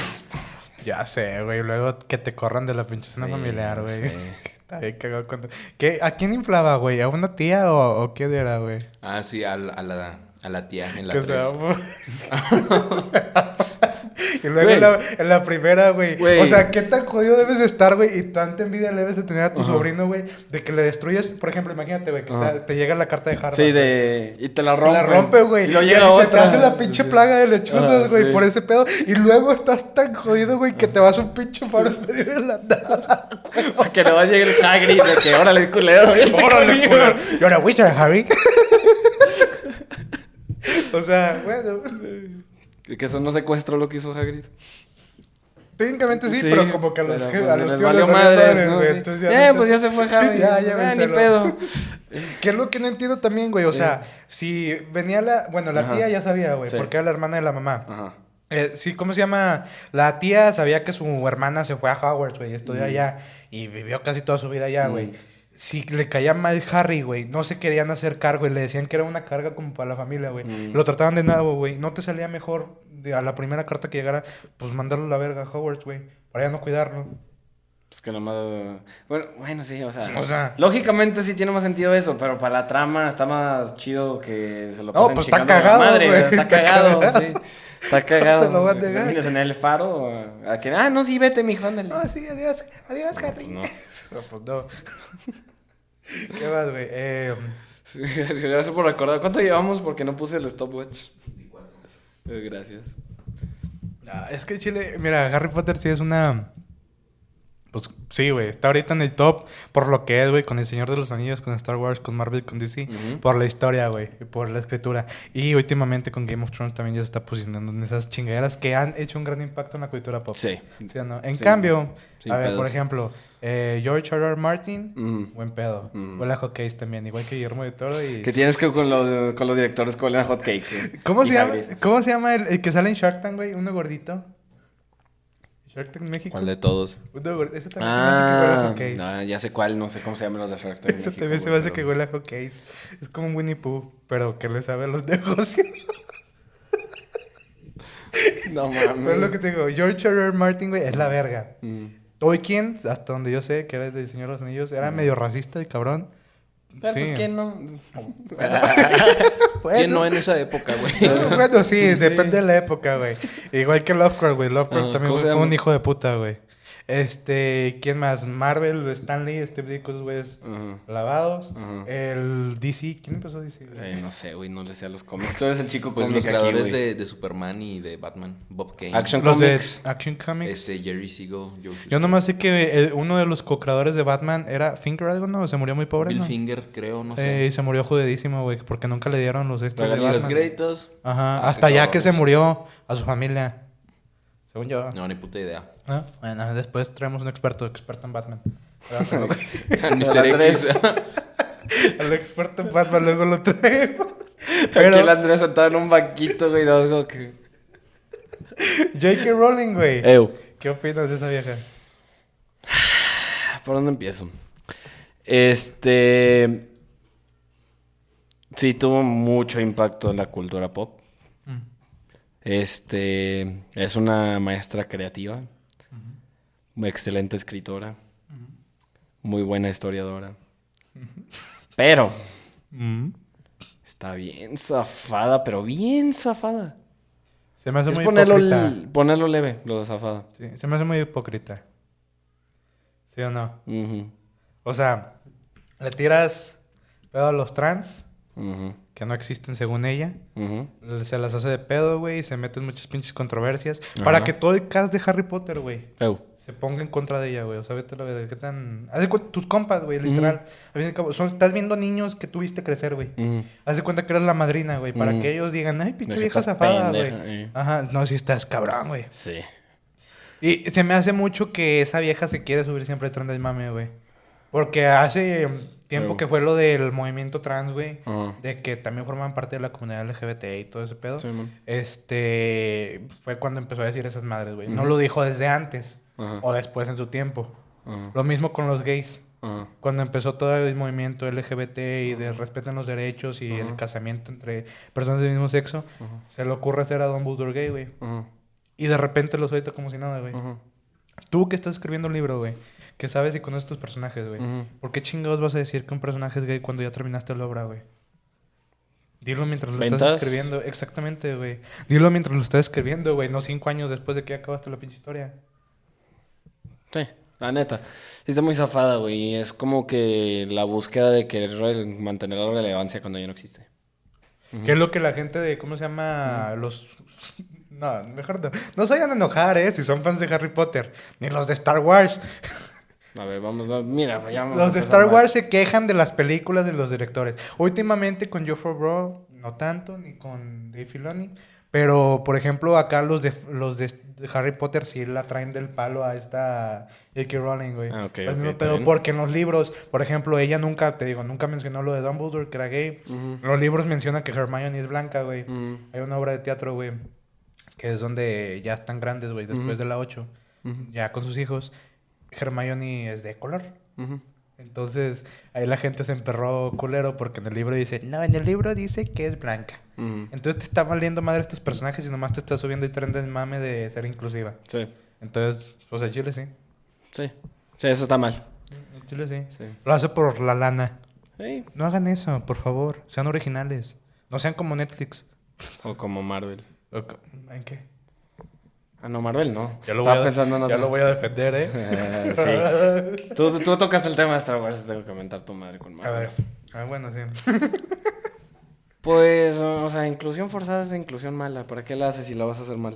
Speaker 1: Ya sé, güey. Luego que te corran de la pinche cena
Speaker 2: Sí,
Speaker 1: familiar,
Speaker 2: no
Speaker 1: güey.
Speaker 2: sé.
Speaker 1: Está bien cagado cuando... ¿Qué? ¿A quién inflaba, güey? ¿A una tía o, o qué era, güey?
Speaker 3: Ah, sí, a la, a la, a la tía en la
Speaker 1: Que
Speaker 3: tres.
Speaker 1: se va- y luego
Speaker 2: Güey.
Speaker 1: en la, en la primera, güey.
Speaker 2: Güey.
Speaker 1: O sea, qué tan jodido debes de estar, güey. Y tanta envidia le debes de tener a tu
Speaker 2: Ajá.
Speaker 1: sobrino, güey. De que le destruyes, por ejemplo, imagínate, güey, que
Speaker 2: Ajá.
Speaker 1: te, te llega la carta de Harvard.
Speaker 2: Sí, de. Y te la
Speaker 1: güey.
Speaker 2: rompe.
Speaker 1: La rompe, güey.
Speaker 2: Y
Speaker 1: Y,
Speaker 2: luego llega
Speaker 1: se te
Speaker 2: otra.
Speaker 1: hace la pinche plaga de lechuzas,
Speaker 2: Ajá,
Speaker 1: güey,
Speaker 2: sí.
Speaker 1: por ese pedo. Y luego estás tan jodido, güey, que te vas a un pinche faro en medio de la nada.
Speaker 2: Para que no llegue el Hagrid de que órale, culero. vente conmigo".
Speaker 1: culero. You're a wizard, Harry. o sea, bueno.
Speaker 2: Que eso no secuestró lo que hizo Hagrid.
Speaker 1: Técnicamente sí,
Speaker 2: Sí,
Speaker 1: pero como que a los,
Speaker 2: pero,
Speaker 1: je-
Speaker 2: pues,
Speaker 1: a
Speaker 2: les
Speaker 1: los tíos
Speaker 2: valió
Speaker 1: les valió
Speaker 2: madres,
Speaker 1: madres,
Speaker 2: ¿no?
Speaker 1: güey,
Speaker 2: Sí.
Speaker 1: entonces
Speaker 2: Eh,
Speaker 1: no te-
Speaker 2: pues ya se fue Javi.
Speaker 1: ya, ya,
Speaker 2: Ah, ni
Speaker 1: véselo.
Speaker 2: pedo.
Speaker 1: Que es lo que no entiendo también, güey. O sea, si venía la... Bueno, la
Speaker 2: Ajá.
Speaker 1: tía ya sabía, güey,
Speaker 2: Sí.
Speaker 1: porque era la hermana de la mamá.
Speaker 2: Ajá.
Speaker 1: Eh, sí, ¿cómo se llama? La tía sabía que su hermana se fue a Howard, güey, estudió allá y vivió casi toda su vida allá, güey.
Speaker 2: Mm.
Speaker 1: Si le caía mal Harry, güey, no se querían hacer cargo y le decían que era una carga como para la familia, güey.
Speaker 2: Mm.
Speaker 1: Lo trataban de nuevo, güey. No te salía mejor de- a la primera carta que llegara, pues mandarlo a la verga a Howard, güey, para ya no cuidarlo.
Speaker 2: Pues que nomás. Bueno, bueno, sí, o sea.
Speaker 1: O sea-
Speaker 2: Lógicamente sí tiene más sentido eso, pero para la trama está más chido que se
Speaker 1: No,
Speaker 2: lo pasen
Speaker 1: pues está
Speaker 2: chingando a la
Speaker 1: cagado,
Speaker 2: madre,
Speaker 1: güey,
Speaker 2: Está
Speaker 1: está
Speaker 2: cagado,
Speaker 1: cagado.
Speaker 2: sí. Está cagado.
Speaker 1: lo voy a
Speaker 2: güey.
Speaker 1: negar.
Speaker 2: Terminas en el faro. A que, ah, no, sí, vete, mijo, ándale.
Speaker 1: No, sí, adiós, adiós, Harry. No,
Speaker 2: no.
Speaker 1: pues no. ¿Qué más, güey? Eh,
Speaker 2: Sí, Gracias por recordar. ¿Cuánto llevamos? Porque no puse el stopwatch. Eh, Gracias.
Speaker 1: Ah, Es que Chile, mira, Harry Potter sí es una. Pues sí, güey. Está ahorita en el top por lo que es, güey. Con El Señor de los Anillos, con Star Wars, con Marvel, con DC.
Speaker 2: Ujú.
Speaker 1: Por la historia, güey. y Por la escritura. Y últimamente con Game of Thrones también ya se está posicionando en esas chingaderas que han hecho un gran impacto en la cultura pop.
Speaker 2: Sí.
Speaker 1: ¿Sí o no? En
Speaker 2: Sí.
Speaker 1: cambio,
Speaker 2: Sin
Speaker 1: a ver,
Speaker 2: pedos.
Speaker 1: por ejemplo, eh, George R. R. Martin,
Speaker 2: Mm.
Speaker 1: buen pedo.
Speaker 2: Mm.
Speaker 1: Huele a hotcakes también, igual que Guillermo de Toro. Y...
Speaker 2: Que tienes que con los, con los directores con la hot cake.
Speaker 1: ¿Cómo se, llama,
Speaker 2: Hagrid.
Speaker 1: ¿Cómo se llama el, el que sale en Shark Tank, güey? Uno gordito. Shark Tank México.
Speaker 3: ¿Cuál de todos?
Speaker 1: No, güey, eso también
Speaker 2: Ah,
Speaker 1: se me hace que huele a hotcakes.
Speaker 2: no, ya sé cuál, no sé cómo se llaman los de Shark Tank.
Speaker 1: eso
Speaker 2: México,
Speaker 1: también se me
Speaker 2: güey,
Speaker 1: hace que
Speaker 2: pero-
Speaker 1: huele a hotcakes. Es como un Winnie Pooh, pero que le sabe a los negocios.
Speaker 2: No
Speaker 1: Pero es lo que
Speaker 2: mames.
Speaker 1: te digo. George R. R. Martin, güey, es la verga.
Speaker 2: Mm.
Speaker 1: Tolkien, hasta donde yo sé, que era el de Señor de los Anillos, era medio racista el cabrón.
Speaker 2: Pero
Speaker 1: sí.
Speaker 2: pues quién no.
Speaker 1: Bueno,
Speaker 3: ¿Quién no en esa época, güey?
Speaker 1: bueno, sí, depende de la época, güey. Igual que Lovecraft, güey. Lovecraft
Speaker 2: Ah,
Speaker 1: también
Speaker 2: ¿cómo se
Speaker 1: fue
Speaker 2: llama?
Speaker 1: un hijo de puta, güey. Este, ¿quién más? Marvel, Stanley, Steve Ditko, esos güeyes
Speaker 2: Ajá.
Speaker 1: lavados.
Speaker 2: Ajá. Eh,
Speaker 1: El DC, ¿quién empezó DC? güey?
Speaker 2: Ay, no sé, güey, no le sé a los cómics. Tú eres el chico
Speaker 3: Pues
Speaker 2: cómic
Speaker 3: los
Speaker 2: aquí,
Speaker 3: creadores
Speaker 2: güey.
Speaker 3: de, de Superman y de Batman, Bob Kane,
Speaker 2: Action
Speaker 1: Los de
Speaker 2: Comics.
Speaker 1: Action Comics.
Speaker 3: este, Jerry Siegel, Joe
Speaker 1: Yo
Speaker 3: Shuster,
Speaker 1: nomás sé que eh, uno de los co-creadores de Batman era Finger algo, ¿no? Se murió muy pobre,
Speaker 3: Bill
Speaker 1: ¿no?
Speaker 3: Finger, creo, no
Speaker 1: Eh,
Speaker 3: sé.
Speaker 1: y se murió jodidísimo, güey, porque nunca le dieron los extras de
Speaker 3: Y los
Speaker 1: Batman.
Speaker 3: créditos,
Speaker 1: Ajá,
Speaker 3: Ah,
Speaker 1: hasta
Speaker 3: qué
Speaker 1: ya que se
Speaker 3: cabrones.
Speaker 1: murió a su familia. Según yo.
Speaker 3: no, ni puta idea.
Speaker 1: Ah, Bueno, después traemos un experto, experto en Batman.
Speaker 3: Mr. X.
Speaker 1: El experto en Batman luego lo traemos.
Speaker 2: Pero... Aquí el
Speaker 1: Pero
Speaker 2: Andrés sentado en un banquito, güey, no, algo que...
Speaker 1: J.K. Rowling, güey.
Speaker 2: Ew.
Speaker 1: ¿Qué opinas de esa vieja?
Speaker 2: Ah, ¿Por dónde empiezo? Este... Sí, tuvo mucho impacto en la cultura pop.
Speaker 1: Mm.
Speaker 2: Este... Es una maestra creativa. Una Excelente escritora. Muy buena historiadora. Pero...
Speaker 1: Mm.
Speaker 2: Está bien zafada, pero bien zafada.
Speaker 1: Se me hace
Speaker 2: Es
Speaker 1: muy
Speaker 2: ponerlo,
Speaker 1: hipócrita.
Speaker 2: l- ponerlo leve, lo de zafada.
Speaker 1: Sí, se me hace muy hipócrita. ¿Sí o no?
Speaker 2: Ujú,
Speaker 1: O sea, le tiras pedo a los trans,
Speaker 2: ujú,
Speaker 1: que no existen según ella.
Speaker 2: ujú.
Speaker 1: Se las hace de pedo, güey, y se meten muchas pinches controversias.
Speaker 2: Ajá.
Speaker 1: Para que todo el cast de Harry Potter, güey,
Speaker 2: Ew.
Speaker 1: se ponga en contra de ella, güey. O sea, vete a la verga. ¿Qué tan...? Haz de cuenta- tus compas, güey, literal. Al fin y al cabo, son- estás viendo niños que tuviste crecer, güey.
Speaker 2: Ujú.
Speaker 1: Haz de cuenta que eres la madrina, güey, para
Speaker 2: Ujú.
Speaker 1: que ellos digan, ay, pinche
Speaker 2: De que
Speaker 1: vieja
Speaker 2: estás
Speaker 1: zafada,
Speaker 2: pendeja,
Speaker 1: güey.
Speaker 2: eh.
Speaker 1: Ajá, no, si estás cabrón, güey.
Speaker 2: Sí.
Speaker 1: Y se me hace mucho que esa vieja se quiere subir siempre al tren del mame, güey. Porque hace tiempo
Speaker 2: Luego.
Speaker 1: que fue lo del movimiento trans, güey.
Speaker 2: Ajá.
Speaker 1: De que también forman parte de la comunidad LGBT y todo ese pedo.
Speaker 2: Sí, man.
Speaker 1: Este fue cuando empezó a decir esas madres, güey. No
Speaker 2: Ujú.
Speaker 1: lo dijo desde antes
Speaker 2: Ajá.
Speaker 1: o después en su tiempo.
Speaker 2: Ajá.
Speaker 1: Lo mismo con los gays.
Speaker 2: Ajá.
Speaker 1: Cuando empezó todo el movimiento LGBT y de respeten los derechos y el
Speaker 2: Ujú.
Speaker 1: casamiento entre personas del mismo sexo,
Speaker 2: Ajá.
Speaker 1: se le ocurre hacer a Dumbledore gay, güey.
Speaker 2: Ajá.
Speaker 1: Y de repente lo suelta como si nada, güey.
Speaker 2: Ajá.
Speaker 1: Tú que estás escribiendo un libro, güey, que sabes y conoces tus personajes, güey.
Speaker 2: Ujú.
Speaker 1: ¿Por qué chingados vas a decir que un personaje es gay cuando ya terminaste la obra, güey? Dilo mientras lo estás
Speaker 2: ¿Ventas?
Speaker 1: escribiendo. Exactamente, güey. Dilo mientras lo estás escribiendo, güey. No cinco años después de que ya acabaste la pinche historia.
Speaker 2: Sí, la neta. Sí, está muy zafada, güey. y Es como que la búsqueda de querer re- mantener la relevancia cuando ya no existe.
Speaker 1: Que es lo que la gente de, ¿cómo se llama? Los... No, mejor no. No se vayan a enojar, ¿eh? Si son fans de Harry Potter. Ni los de Star Wars.
Speaker 2: A ver, vamos, no, mira, pues ya vamos a
Speaker 1: Los de
Speaker 2: empezar
Speaker 1: Star
Speaker 2: mal.
Speaker 1: Wars se quejan de las películas de los directores. Últimamente con Joffrey Bro, no tanto, ni con Dave Filoni. Pero, por ejemplo, acá los de, los de Harry Potter sí la traen del palo a esta J.K. Rowling, güey.
Speaker 2: Ah, ok,
Speaker 1: El
Speaker 2: ok,
Speaker 1: mismo
Speaker 2: está
Speaker 1: pedo,
Speaker 2: bien.
Speaker 1: porque en los libros, por ejemplo, ella nunca, te digo, nunca mencionó lo de Dumbledore, que era gay.
Speaker 2: Ujú.
Speaker 1: En los libros menciona que Hermione es blanca, güey.
Speaker 2: Ujú.
Speaker 1: Hay una obra de teatro, güey, que es donde ya están grandes, güey, después
Speaker 2: Ujú.
Speaker 1: de la 8,
Speaker 2: Ujú.
Speaker 1: ya con sus hijos. Hermione es de color.
Speaker 2: Ujú.
Speaker 1: Entonces, ahí la gente se emperró culero porque en el libro dice, no, en el libro dice que es blanca.
Speaker 2: Ujú.
Speaker 1: Entonces te está valiendo madre estos personajes y nomás te está subiendo y tren de mame de ser inclusiva.
Speaker 2: Sí,
Speaker 1: Entonces, pues en Chile sí.
Speaker 2: sí. Sí, eso está mal.
Speaker 1: En Chile sí.
Speaker 2: Sí.
Speaker 1: Lo hace por la lana.
Speaker 2: Sí,
Speaker 1: No hagan eso, por favor. Sean originales. No sean como Netflix.
Speaker 2: O como Marvel.
Speaker 1: O co- ¿En qué?
Speaker 2: Ah, no, Marvel no.
Speaker 1: Ya lo, voy
Speaker 2: Estaba
Speaker 1: a,
Speaker 2: pensando en
Speaker 1: ya
Speaker 2: otro.
Speaker 1: lo voy a defender, ¿eh?
Speaker 2: Eh, sí. tú, tú tocaste el tema de Star Wars, tengo que comentar tu madre con
Speaker 1: A
Speaker 2: Marvel.
Speaker 1: ver. Ah, bueno, sí.
Speaker 2: Pues, o sea, inclusión forzada es inclusión mala. ¿Para qué la haces si la vas a hacer mal?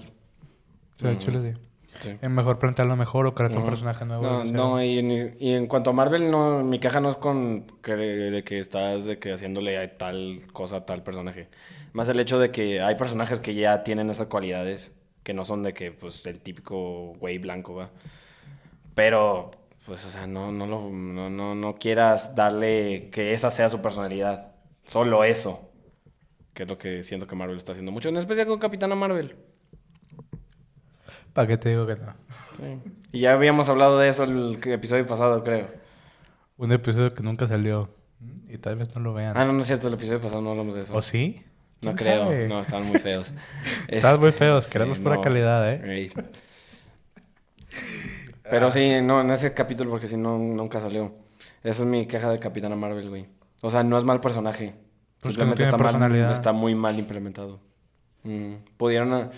Speaker 1: Sí, Mm. en Chile sí.
Speaker 2: Sí.
Speaker 1: Es mejor plantearlo mejor o crear un
Speaker 2: Ajá.
Speaker 1: personaje nuevo.
Speaker 2: No,
Speaker 1: o sea,
Speaker 2: no, eh. y en, y en cuanto a Marvel, no, mi caja no es con que, de que estás de que haciéndole a tal cosa a tal personaje. Más el hecho de que hay personajes que ya tienen esas cualidades, que no son de que, pues, el típico güey blanco, va. Pero, pues, o sea, no, no, lo, no, no, no quieras darle que esa sea su personalidad. Solo eso. Que es lo que siento que Marvel está haciendo mucho. En especial con Capitana Marvel.
Speaker 1: ¿Para qué te digo que no?
Speaker 2: Sí. Y ya habíamos hablado de eso el episodio pasado, creo.
Speaker 1: Un episodio que nunca salió. Y tal vez no lo vean.
Speaker 2: Ah, no, no es cierto, el episodio pasado no hablamos de eso.
Speaker 1: ¿O sí?
Speaker 2: No
Speaker 1: ¿Quién
Speaker 2: creo,
Speaker 1: sabe?
Speaker 2: no, estaban muy feos.
Speaker 1: Estaban muy
Speaker 2: Este,
Speaker 1: feos,
Speaker 2: sí,
Speaker 1: queremos pura
Speaker 2: no.
Speaker 1: calidad, ¿eh?
Speaker 2: Ey. Pero sí, no, en ese capítulo, porque si no, nunca salió. Esa es mi queja de Capitana Marvel, güey. O sea, no es mal personaje.
Speaker 1: Pues que no
Speaker 2: Simplemente
Speaker 1: tiene
Speaker 2: está, mal-
Speaker 1: personalidad.
Speaker 2: está muy mal implementado. Mm, pudieron... a-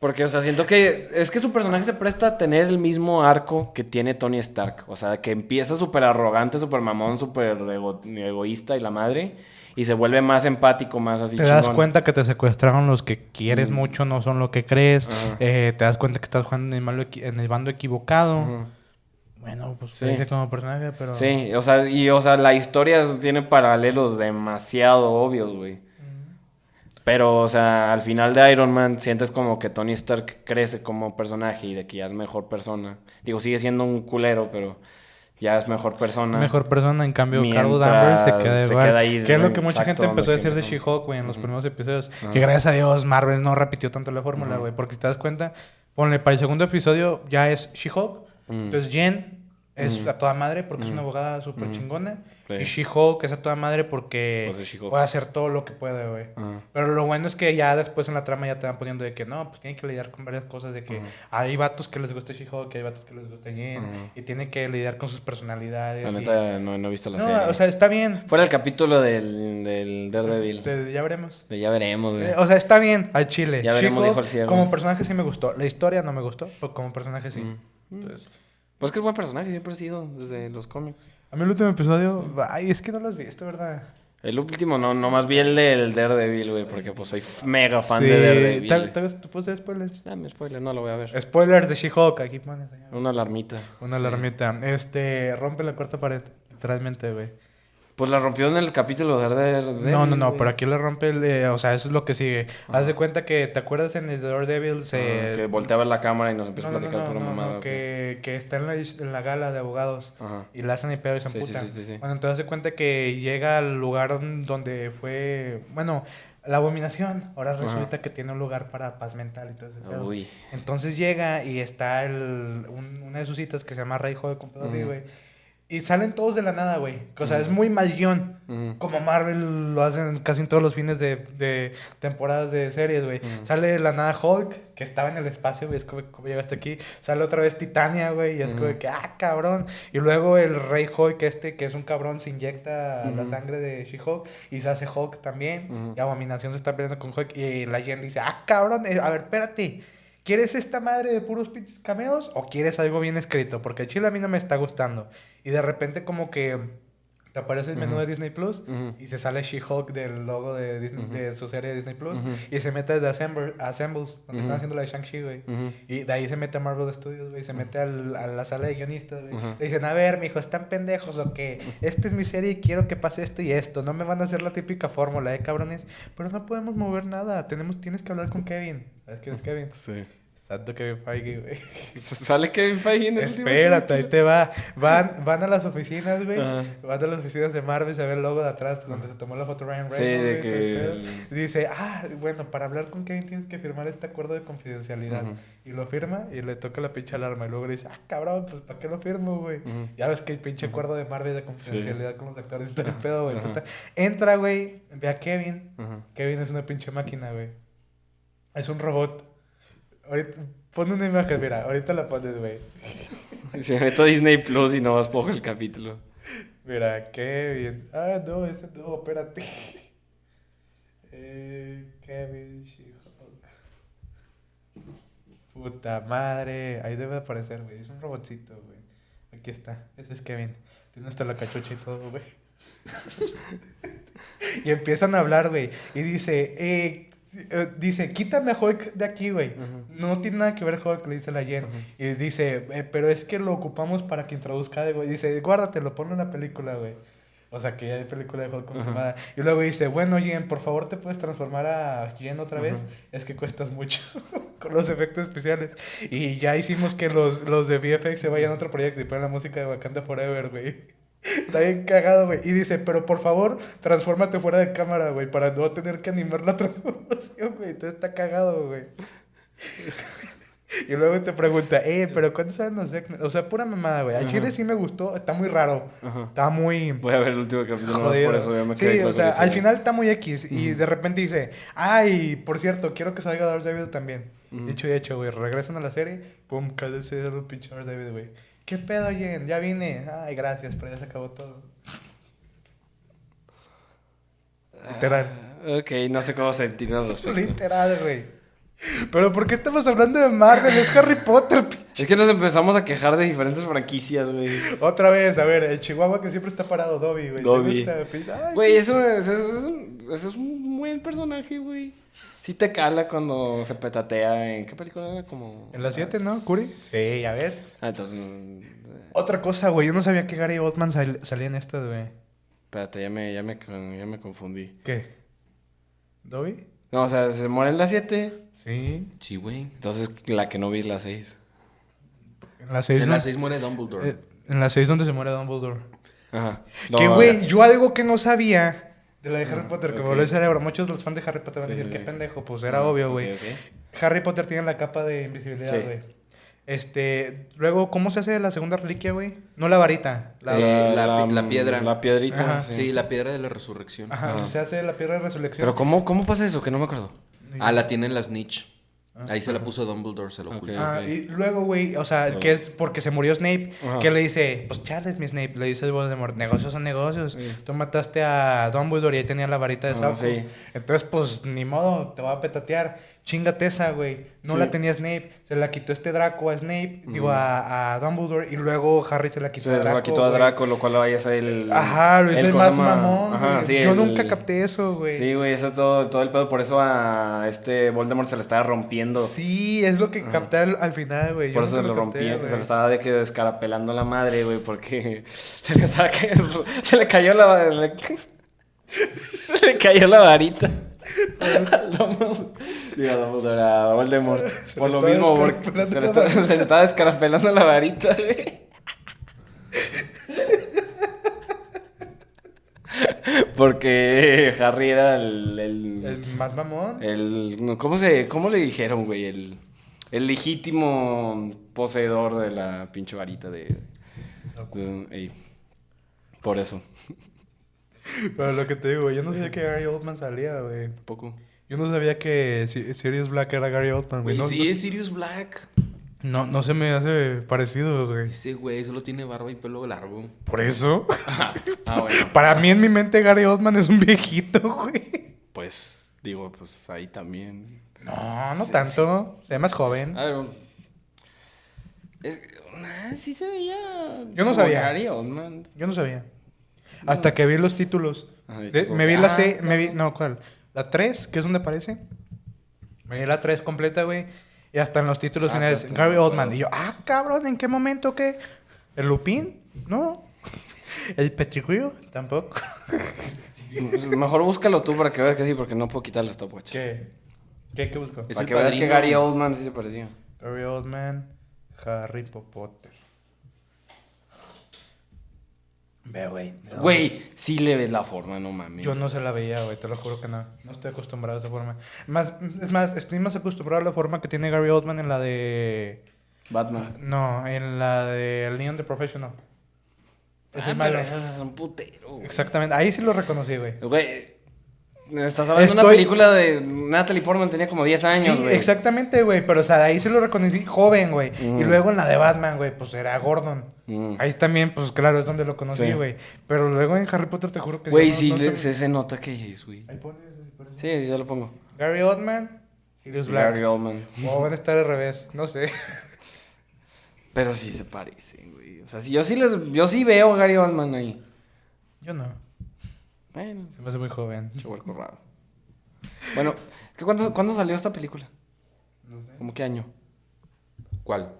Speaker 2: Porque, o sea, siento que... Es que su personaje se presta a tener el mismo arco que tiene Tony Stark. O sea, que empieza súper arrogante, súper mamón, súper ego- egoísta y la madre. Y se vuelve más empático, más así
Speaker 1: Te das
Speaker 2: chingón. Mm.
Speaker 1: cuenta que te secuestraron los que quieres mucho, no son lo que crees.
Speaker 2: Ajá.
Speaker 1: Eh, te das cuenta que estás jugando en el, malo equi- en el bando equivocado.
Speaker 2: Ujú.
Speaker 1: Bueno, pues
Speaker 2: Sí.
Speaker 1: crece como personaje, pero...
Speaker 2: Sí, o sea, y o sea, la historia tiene paralelos demasiado obvios, güey. Pero, o sea, al final de Iron Man sientes como que Tony Stark crece como personaje y de que ya es mejor persona. Digo, sigue siendo un culero, pero ya es mejor persona.
Speaker 1: Mejor persona, en cambio, Carol
Speaker 2: Mientras
Speaker 1: Danvers se queda, de
Speaker 2: se
Speaker 1: bar.
Speaker 2: queda ahí,
Speaker 1: Que es lo que
Speaker 2: exacto,
Speaker 1: mucha gente empezó a
Speaker 2: donde
Speaker 1: decir de
Speaker 2: empezó.
Speaker 1: She-Hulk, güey, en los primeros episodios. Que gracias a Dios Marvel no repitió tanto la fórmula, güey. Porque si te das cuenta, ponle para el segundo episodio ya es She-Hulk.
Speaker 2: Mm,
Speaker 1: Entonces Jen es a toda madre porque es una abogada súper chingona.
Speaker 2: Sí.
Speaker 1: Y She-Hulk es a toda madre porque
Speaker 2: Pues es She-Hulk.
Speaker 1: puede hacer todo lo que puede, güey.
Speaker 2: Ajá.
Speaker 1: Pero lo bueno es que ya después en la trama ya te van poniendo de que no, pues tienen que lidiar con varias cosas, de que hay vatos que les gusta She-Hulk, que hay vatos que les gusta Jen, y tienen que lidiar con sus personalidades.
Speaker 2: La
Speaker 1: y-
Speaker 2: neta, no, no he visto la
Speaker 1: no,
Speaker 2: serie.
Speaker 1: o sea, está bien.
Speaker 2: Fuera el capítulo del, del Daredevil.
Speaker 1: Te- ya veremos.
Speaker 2: De ya veremos, güey.
Speaker 1: Eh, o sea, está bien al chile.
Speaker 2: Ya veremos,
Speaker 1: She-Hulk,
Speaker 2: dijo el ciego.
Speaker 1: Como personaje sí me gustó. La historia no me gustó, pero como personaje
Speaker 2: Mm.
Speaker 1: sí. Entonces,
Speaker 2: Pues que es buen personaje, siempre ha sido, desde los cómics.
Speaker 1: a mí el último episodio, ay, es que no lo has visto, ¿verdad?
Speaker 2: El último, no, no más vi el del Daredevil, güey, porque pues soy f- mega fan
Speaker 1: Sí,
Speaker 2: de Daredevil.
Speaker 1: Tal, tal vez te puse spoilers.
Speaker 2: Dame spoiler, no lo voy a ver.
Speaker 1: Spoilers de She-Hulk, aquí pones. allá.
Speaker 2: Una alarmita.
Speaker 1: Una alarmita. Este, rompe la cuarta pared, literalmente, güey.
Speaker 2: Pues la rompió en el capítulo de Daredevil.
Speaker 1: No, no, no,
Speaker 2: güey.
Speaker 1: pero aquí le rompe el, eh, o sea, eso es lo que sigue. Haz de cuenta que, ¿te acuerdas en el Daredevil
Speaker 2: Ah,
Speaker 1: se...
Speaker 2: que voltea a ver la cámara y nos empieza
Speaker 1: no, no,
Speaker 2: a platicar
Speaker 1: no,
Speaker 2: por una
Speaker 1: no, no,
Speaker 2: mamada. ok.
Speaker 1: que, que está en la, is- en la gala de abogados
Speaker 2: Ajá.
Speaker 1: y la hacen y pedo y se
Speaker 2: Sí, sí,
Speaker 1: emputan.
Speaker 2: sí, sí, sí.
Speaker 1: Bueno, entonces hace cuenta que llega al lugar donde fue, bueno, la abominación. Ahora resulta que tiene un lugar para paz mental y todo ese pedo.
Speaker 2: Uy.
Speaker 1: Entonces llega y está el, un- una de sus citas que se llama Rey Joder con pedo así,
Speaker 2: Ujú.
Speaker 1: güey. Y salen todos de la nada, güey. O sea, es muy mal guión.
Speaker 2: Ujú.
Speaker 1: Como Marvel lo hacen casi en todos los fines de, de temporadas de series, güey. Sale de la nada Hulk, que estaba en el espacio, güey. Es como, como llegaste aquí. Sale otra vez Titania, güey. Y es como que, ah, cabrón. Y luego el Rey Hulk este, que es un cabrón, se inyecta la sangre de She-Hulk. Y se hace Hulk también. Y Abominación se está peleando con Hulk. Y la gente dice, ah, cabrón. eh, A ver, espérate. ¿Quieres esta madre de puros pinches cameos o quieres algo bien escrito? Porque el chile a mí no me está gustando. Y de repente como que... Te aparece el menú de Disney Plus
Speaker 2: Ujú.
Speaker 1: y se sale She-Hulk del logo de, Disney- de su serie de Disney Plus y se mete de Assemble- Assembles, donde están haciendo la de Shang-Chi, güey.
Speaker 2: Ujú.
Speaker 1: Y de ahí se mete a Marvel Studios, güey. Se mete al- a la sala de guionistas, güey.
Speaker 2: Ajá.
Speaker 1: Le dicen, a ver, mijo, están pendejos o qué. Esta es mi serie y quiero que pase esto y esto. No me van a hacer la típica fórmula, eh, cabrones. Pero no podemos mover nada. Tenemos, tienes que hablar con Kevin. ¿Sabes quién es Kevin?
Speaker 2: Sí.
Speaker 1: Santo Kevin Feige, güey.
Speaker 2: Sale Kevin Feige en el último
Speaker 1: Espérate, ahí
Speaker 2: capítulo.
Speaker 1: te va. Van, van a las oficinas, güey.
Speaker 2: Ajá.
Speaker 1: Van a las oficinas de Marvel, se ve el logo de atrás donde se tomó la foto Ryan Reynolds.
Speaker 2: Sí, de
Speaker 1: güey, todo el
Speaker 2: que
Speaker 1: pedo.
Speaker 2: el-
Speaker 1: Y Dice, ah, bueno, para hablar con Kevin tienes que firmar este acuerdo de confidencialidad.
Speaker 2: Ujú.
Speaker 1: Y lo firma y le toca la pinche alarma. Y luego le dice, ah, cabrón, pues ¿para qué lo firmo, güey?
Speaker 2: Ujú.
Speaker 1: Ya ves que el pinche acuerdo de Marvel de confidencialidad con los actores y todo el pedo, güey. Entonces, entra, güey, ve a Kevin.
Speaker 2: Ajá.
Speaker 1: Kevin es una pinche máquina, güey. Es un robot. Ahorita, pon una imagen, mira, ahorita la pones, güey.
Speaker 2: Se mete a Disney Plus y no vas poco el capítulo.
Speaker 1: Mira, Kevin. Ah, no, ese no, espérate. Eh, Kevin She-Hulk. Puta madre. Ahí debe aparecer, güey. Es un robotcito, güey. Aquí está. Ese es Kevin. Tiene hasta la cachucha y todo, güey. y empiezan a hablar, güey. Y dice, eh, eh, dice, quítame a Hulk de aquí, güey. No tiene nada que ver Hulk, le dice la Jen. Y dice, "Eh, pero es que lo ocupamos para que introduzca algo. Y dice, guárdatelo, ponlo en la película, güey. O sea, que ya hay película de Hulk confirmada. Y luego dice, bueno, Jen, por favor, ¿te puedes transformar a Jen otra vez? Es que cuestas mucho con los efectos especiales. Y ya hicimos que los, los de VFX se vayan a otro proyecto y ponen la música de Wakanda Forever, güey. Está bien cagado, güey. Y dice, pero por favor, transfórmate fuera de cámara, güey, para no tener que animar la transformación, güey. Entonces está cagado, güey. Y luego te pregunta, eh, pero ¿cuántos saben los X-Men? O sea, pura mamada, güey. A Chile sí me gustó, está muy raro. Está muy.
Speaker 2: Voy a ver el último capítulo nomás
Speaker 1: jodido.
Speaker 2: por eso. Ya me quedé
Speaker 1: sí,
Speaker 2: con
Speaker 1: o
Speaker 2: la
Speaker 1: sea,
Speaker 2: curiosidad.
Speaker 1: al final está muy X. Y de repente dice, ay, por cierto, quiero que salga Daredevil también. Dicho y hecho, güey. Regresan a la serie, pum, cállese de los pinche Daredevil, güey. ¿Qué pedo, Jen? Ya vine. Ay, gracias, pero ya se acabó todo. Literal.
Speaker 2: Ah, Ok, no sé cómo sentirme al respecto.
Speaker 1: Literal, güey. Pero ¿por qué estamos hablando de Marvel? Es Harry Potter, pi-
Speaker 2: Es que nos empezamos a quejar de diferentes franquicias, güey.
Speaker 1: Otra vez, a ver, el Chihuahua que siempre está parado, Dobby, güey. ¿Te
Speaker 2: Dobby.
Speaker 1: gusta, pi- Ay,
Speaker 2: Güey, es un, es, es un, es un buen personaje, güey. Sí te cala cuando se petatea. ¿En qué película era? Como...
Speaker 1: En las 7, ¿no? Curi. Sí, ya ves.
Speaker 2: Ah, entonces... mm,
Speaker 1: Otra cosa, güey. Yo no sabía que Gary Oldman sal- salía en estas, güey.
Speaker 2: Espérate, ya me, ya, me, con- ya me confundí.
Speaker 1: ¿Qué? ¿Dobby?
Speaker 2: No, o sea, se muere en la 7.
Speaker 1: Sí.
Speaker 3: Sí, güey.
Speaker 2: Entonces, la que no vi es la 6.
Speaker 1: En las
Speaker 3: En
Speaker 1: 6.
Speaker 3: la 6 muere Dumbledore.
Speaker 1: En las 6 donde se muere Dumbledore.
Speaker 2: Ajá.
Speaker 1: que,
Speaker 2: No, Mm,
Speaker 1: güey, yo algo que no sabía de la de Harry Potter, que me
Speaker 2: ok.
Speaker 1: voló el cerebro. Muchos de los fans de Harry Potter van a
Speaker 2: Sí,
Speaker 1: decir,
Speaker 2: sí,
Speaker 1: qué
Speaker 2: sí.
Speaker 1: pendejo. Pues era obvio,
Speaker 2: ok,
Speaker 1: güey.
Speaker 2: ok.
Speaker 1: Harry Potter tiene la capa de invisibilidad,
Speaker 2: Sí.
Speaker 1: güey. Este, luego, ¿cómo se hace la segunda reliquia, güey? No la varita. La...
Speaker 3: Eh, la pi- la piedra.
Speaker 2: mm, La piedrita,
Speaker 1: Ajá.
Speaker 3: sí.
Speaker 2: sí.
Speaker 3: la piedra de la resurrección.
Speaker 1: ah, Ajá,
Speaker 2: Ah.
Speaker 1: se hace la piedra de resurrección.
Speaker 2: Pero ¿cómo, ¿cómo pasa eso? Que no me acuerdo.
Speaker 3: Ah, la tienen las Snitch. Ahí se la puso Dumbledore, se lo
Speaker 2: Ok.
Speaker 3: ocultó.
Speaker 1: Ah,
Speaker 2: ok.
Speaker 1: y luego, güey, o sea, que es porque se murió Snape,
Speaker 2: Ajá.
Speaker 1: que le dice, pues Charles, mi Snape, le dice el Voldemort, negocios son negocios, tú mataste a Dumbledore y ahí tenía la varita de
Speaker 2: Ah,
Speaker 1: Sapo,
Speaker 2: sí.
Speaker 1: entonces, pues, ni modo, te va a petatear, chingate esa, güey, no
Speaker 2: Sí.
Speaker 1: la tenía Snape, se la quitó este Draco a Snape, digo, a, a Dumbledore, y luego Harry se la quitó
Speaker 2: Se
Speaker 1: a Draco,
Speaker 2: la quitó a
Speaker 1: güey. Eh,
Speaker 2: Draco, lo cual vaya a ser el...
Speaker 1: Ajá, lo hizo el,
Speaker 2: cosa
Speaker 1: más
Speaker 2: ma-
Speaker 1: mamón,
Speaker 2: Ajá,
Speaker 1: güey.
Speaker 2: sí,
Speaker 1: yo
Speaker 2: el-
Speaker 1: nunca capté eso, güey.
Speaker 2: Sí, güey, eso es todo, todo el pedo. Por eso a este Voldemort se le estaba rompiendo.
Speaker 1: Sí, es lo que capté al, al final, güey. yo
Speaker 2: Por eso se
Speaker 1: nunca
Speaker 2: lo
Speaker 1: capté,
Speaker 2: rompía, se
Speaker 1: güey.
Speaker 2: le estaba de que descarapelando la madre, güey, porque se le estaba cayendo, se le cayó la le- se le cayó la varita. Lomo- Digo, Dumbledore, a Voldemort.
Speaker 1: Se
Speaker 2: Por
Speaker 1: le
Speaker 2: lo
Speaker 1: estaba
Speaker 2: mismo, porque
Speaker 1: descarapelando
Speaker 2: se le,
Speaker 1: la
Speaker 2: estaba,
Speaker 1: varita.
Speaker 2: se le estaba descarapelando la varita, güey. Porque Harry era el-
Speaker 1: El más mamón.
Speaker 2: el, no, ¿cómo, se, ¿Cómo le dijeron, güey? El, el legítimo poseedor de la pinche varita de... de- ey. por eso.
Speaker 1: Pero lo que te digo, yo no sabía que Gary Oldman salía, güey.
Speaker 2: Poco.
Speaker 1: Yo no sabía que Si- Sirius Black era Gary Oldman, güey.
Speaker 3: Güey,
Speaker 1: No,
Speaker 3: sí, es Sirius Black.
Speaker 1: no, no se me hace parecido, güey.
Speaker 3: Ese güey solo tiene barba y pelo largo.
Speaker 1: Por eso.
Speaker 3: Ah, bueno.
Speaker 1: Para mí, en mi mente, Gary Oldman es un viejito, güey.
Speaker 2: Pues, digo, pues ahí también.
Speaker 1: No, no tanto. Se ve más joven.
Speaker 2: A ver, un- es, ah, sí se veía...
Speaker 1: Yo no
Speaker 2: como
Speaker 1: sabía.
Speaker 2: Gary Oldman.
Speaker 1: Yo no sabía. Hasta que vi los títulos.
Speaker 2: Ajá, y
Speaker 1: De-
Speaker 2: tipo,
Speaker 1: me vi la
Speaker 2: ah,
Speaker 1: C, me vi, no, ¿cuál? La 3, que es donde aparece. Me vi la 3 completa, güey. Y hasta en los títulos
Speaker 2: Ah,
Speaker 1: finales,
Speaker 2: pero tú no
Speaker 1: Gary
Speaker 2: me
Speaker 1: Oldman.
Speaker 2: acuerdas.
Speaker 1: Y yo, ah, cabrón, ¿en qué momento qué? ¿El Lupín? No. ¿El Petricuyo? Tampoco.
Speaker 2: Pues, Mejor búscalo tú para que veas que sí, porque no puedo quitar el stopwatch.
Speaker 1: ¿Qué? ¿Qué, qué busco?
Speaker 3: Es
Speaker 2: Para
Speaker 3: el
Speaker 2: que veas que
Speaker 3: padrino.
Speaker 2: Gary Oldman sí se parecía.
Speaker 1: Gary Oldman, Harry Potter. Ve, güey.
Speaker 2: Güey, sí le ves la forma, no mames.
Speaker 1: Yo no se la veía, güey, te lo juro que no. No estoy acostumbrado a esa forma. Más, es más, estoy más acostumbrado a la forma que tiene Gary Oldman en la de.
Speaker 2: Batman.
Speaker 1: No, en la de El Neon The Professional. Es
Speaker 2: Ah,
Speaker 1: el malo.
Speaker 2: pero esas es un putero. güey.
Speaker 1: Exactamente, ahí sí lo reconocí, güey.
Speaker 2: Güey, estás hablando de una
Speaker 1: Estoy-
Speaker 2: película de Natalie Portman, tenía como 10 años,
Speaker 1: sí,
Speaker 2: güey.
Speaker 1: exactamente, güey. Pero, o sea, ahí sí lo reconocí joven, güey.
Speaker 2: Mm.
Speaker 1: Y luego en la de Batman, güey, pues era Gordon.
Speaker 2: Mm.
Speaker 1: Ahí también, pues claro, es donde lo conocí,
Speaker 2: Sí.
Speaker 1: güey. Pero luego en Harry Potter te juro que.
Speaker 2: Güey,
Speaker 1: yo no-
Speaker 2: sí,
Speaker 1: no
Speaker 2: le-
Speaker 1: sé-
Speaker 2: se, se nota que es, güey.
Speaker 1: Ahí pones, ahí pones.
Speaker 2: Sí, yo lo pongo.
Speaker 1: Gary Oldman, Sirius Black.
Speaker 2: Gary Oldman.
Speaker 1: O van a estar al revés, no sé.
Speaker 2: Pero sí se parecen, güey. O sea, sí, yo, sí les, yo sí veo a Gary Oldman ahí.
Speaker 1: Yo no.
Speaker 2: Bueno,
Speaker 1: Se me hace muy joven.
Speaker 2: chuerco raro. Bueno, ¿qué- cuándo, ¿cuándo salió esta película?
Speaker 1: No sé.
Speaker 2: ¿Cómo qué año?
Speaker 3: ¿Cuál?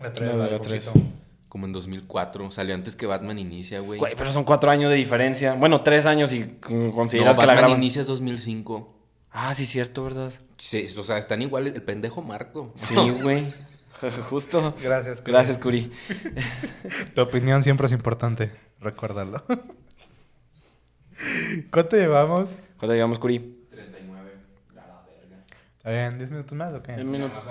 Speaker 1: La 3,
Speaker 2: La
Speaker 1: la
Speaker 2: de la
Speaker 1: 3.
Speaker 2: tres.
Speaker 3: Como en 2004. Salió antes que Batman inicia, güey.
Speaker 2: Güey, pero son cuatro años de diferencia. Bueno, tres años y con-
Speaker 3: No,
Speaker 2: consideras que la
Speaker 3: Batman
Speaker 2: graban.
Speaker 3: inicia es 2005.
Speaker 2: Ah, sí, cierto, ¿verdad?
Speaker 3: Sí, o sea, están iguales. El pendejo Marco.
Speaker 2: Sí, güey. Justo.
Speaker 1: Gracias. Curi.
Speaker 2: Gracias, Curi.
Speaker 1: Tu opinión siempre es importante. Recuérdalo. ¿Cuánto llevamos?
Speaker 2: ¿Cuánto llevamos, Curi?
Speaker 3: 39. A la verga.
Speaker 1: ¿Está bien? ¿10 minutos más o qué?
Speaker 2: Diez minutos.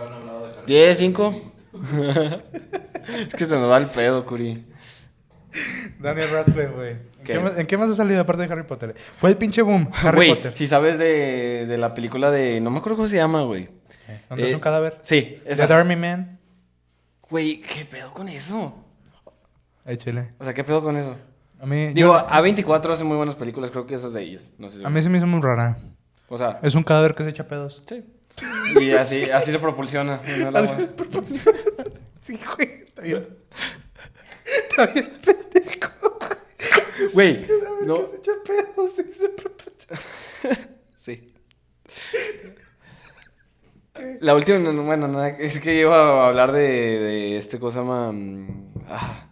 Speaker 2: ¿Diez, cinco? es que se nos va el pedo, Curi.
Speaker 1: Daniel Radcliffe, güey. ¿En,
Speaker 2: ¿Qué?
Speaker 1: qué más- en qué más ha salido aparte de Harry Potter? Fue el pinche boom, Harry
Speaker 2: Güey,
Speaker 1: Potter.
Speaker 2: si sabes de, de la película de... No me acuerdo cómo se llama, güey.
Speaker 1: Eh, ¿Dónde es
Speaker 2: Eh,
Speaker 1: un cadáver?
Speaker 2: Sí,
Speaker 1: The
Speaker 2: esa.
Speaker 1: Army Man.
Speaker 2: Güey, ¿qué pedo con eso?
Speaker 1: Eh, chile.
Speaker 2: O sea, ¿qué pedo con eso?
Speaker 1: A mí,
Speaker 2: Digo,
Speaker 1: yo-
Speaker 2: A24 hace muy buenas películas, creo que esas de ellos. No sé si-
Speaker 1: a mí se me hizo muy rara.
Speaker 2: O sea,
Speaker 1: Es un cadáver que se echa pedos.
Speaker 2: sí. Y así, así se propulsiona. en el agua.
Speaker 1: Sí, güey, está bien. Está bien pendejo, güey.
Speaker 2: Güey,
Speaker 1: Cadáver
Speaker 2: no.
Speaker 1: que se echa pedos. sí, se propulsa.
Speaker 2: Sí. La última, no, no, bueno, nada, es que iba a hablar de, de este cosa más... Mm, ah,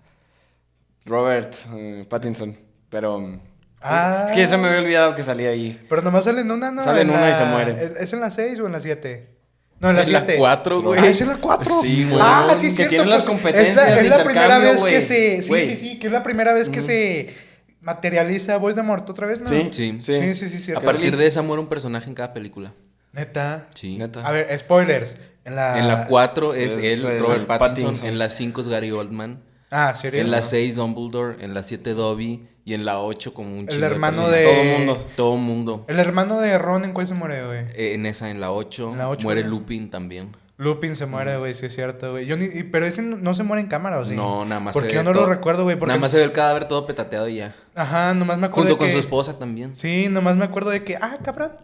Speaker 2: Robert eh, Pattinson, pero... mm,
Speaker 1: Ah.
Speaker 2: Es que se me había olvidado que salía ahí.
Speaker 1: Pero nomás sale en una, ¿no?
Speaker 2: Sale en
Speaker 1: En
Speaker 2: una y
Speaker 1: la-
Speaker 2: se muere.
Speaker 1: ¿Es- ¿Es en la 6 o en la 7? No, en la
Speaker 3: En la
Speaker 1: 7.
Speaker 3: cuatro, güey.
Speaker 1: es en la 4.
Speaker 2: Sí, güey.
Speaker 1: Ah, sí,
Speaker 2: Que
Speaker 1: es cierto.
Speaker 2: tienen las
Speaker 1: pues,
Speaker 2: competencias
Speaker 1: Es la,
Speaker 2: de
Speaker 1: es la primera
Speaker 2: intercambio,
Speaker 1: vez
Speaker 2: güey.
Speaker 1: que se. Sí,
Speaker 2: Güey.
Speaker 1: sí, sí. Que es la primera vez que se materializa Voldemort otra vez, ¿no?
Speaker 2: Sí,
Speaker 3: Sí.
Speaker 1: Sí, sí, sí, sí.
Speaker 3: A
Speaker 1: cierto.
Speaker 3: partir de esa muere un personaje en cada película.
Speaker 1: Neta.
Speaker 3: Sí.
Speaker 2: Neta.
Speaker 1: A ver, spoilers. En la.
Speaker 3: En la 4 es,
Speaker 2: Es
Speaker 3: él,
Speaker 2: el
Speaker 3: Robert Pattinson.
Speaker 2: Pattinson.
Speaker 3: En la 5 es Gary Oldman.
Speaker 1: Ah, serio.
Speaker 3: En la
Speaker 1: ¿no?
Speaker 3: 6 Dumbledore. En la 7 Dobby. Y en la 8 como un
Speaker 1: El
Speaker 3: chingo
Speaker 1: hermano
Speaker 3: personajes.
Speaker 1: de-
Speaker 2: Todo el mundo.
Speaker 3: Todo mundo.
Speaker 1: El hermano de Ron, ¿en cuál se muere, güey?
Speaker 3: Eh, En esa, en la 8.
Speaker 1: En la ocho,
Speaker 3: muere
Speaker 1: ¿no?
Speaker 3: Lupin también.
Speaker 1: Lupin se muere, güey, sí es cierto, güey. Yo ni- y- Pero ese no- no se muere en cámara, ¿o Oh, sí?
Speaker 3: No, nada más.
Speaker 1: Porque
Speaker 3: se
Speaker 1: yo
Speaker 3: ve
Speaker 1: no lo
Speaker 3: todo-
Speaker 1: recuerdo, güey. porque-
Speaker 3: Nada más se ve el cadáver todo petateado y ya.
Speaker 1: Ajá, nomás me acuerdo
Speaker 3: Junto
Speaker 1: de
Speaker 3: con
Speaker 1: que-
Speaker 3: su esposa también.
Speaker 1: Sí, nomás me acuerdo de que, ah, cabrón. Eh,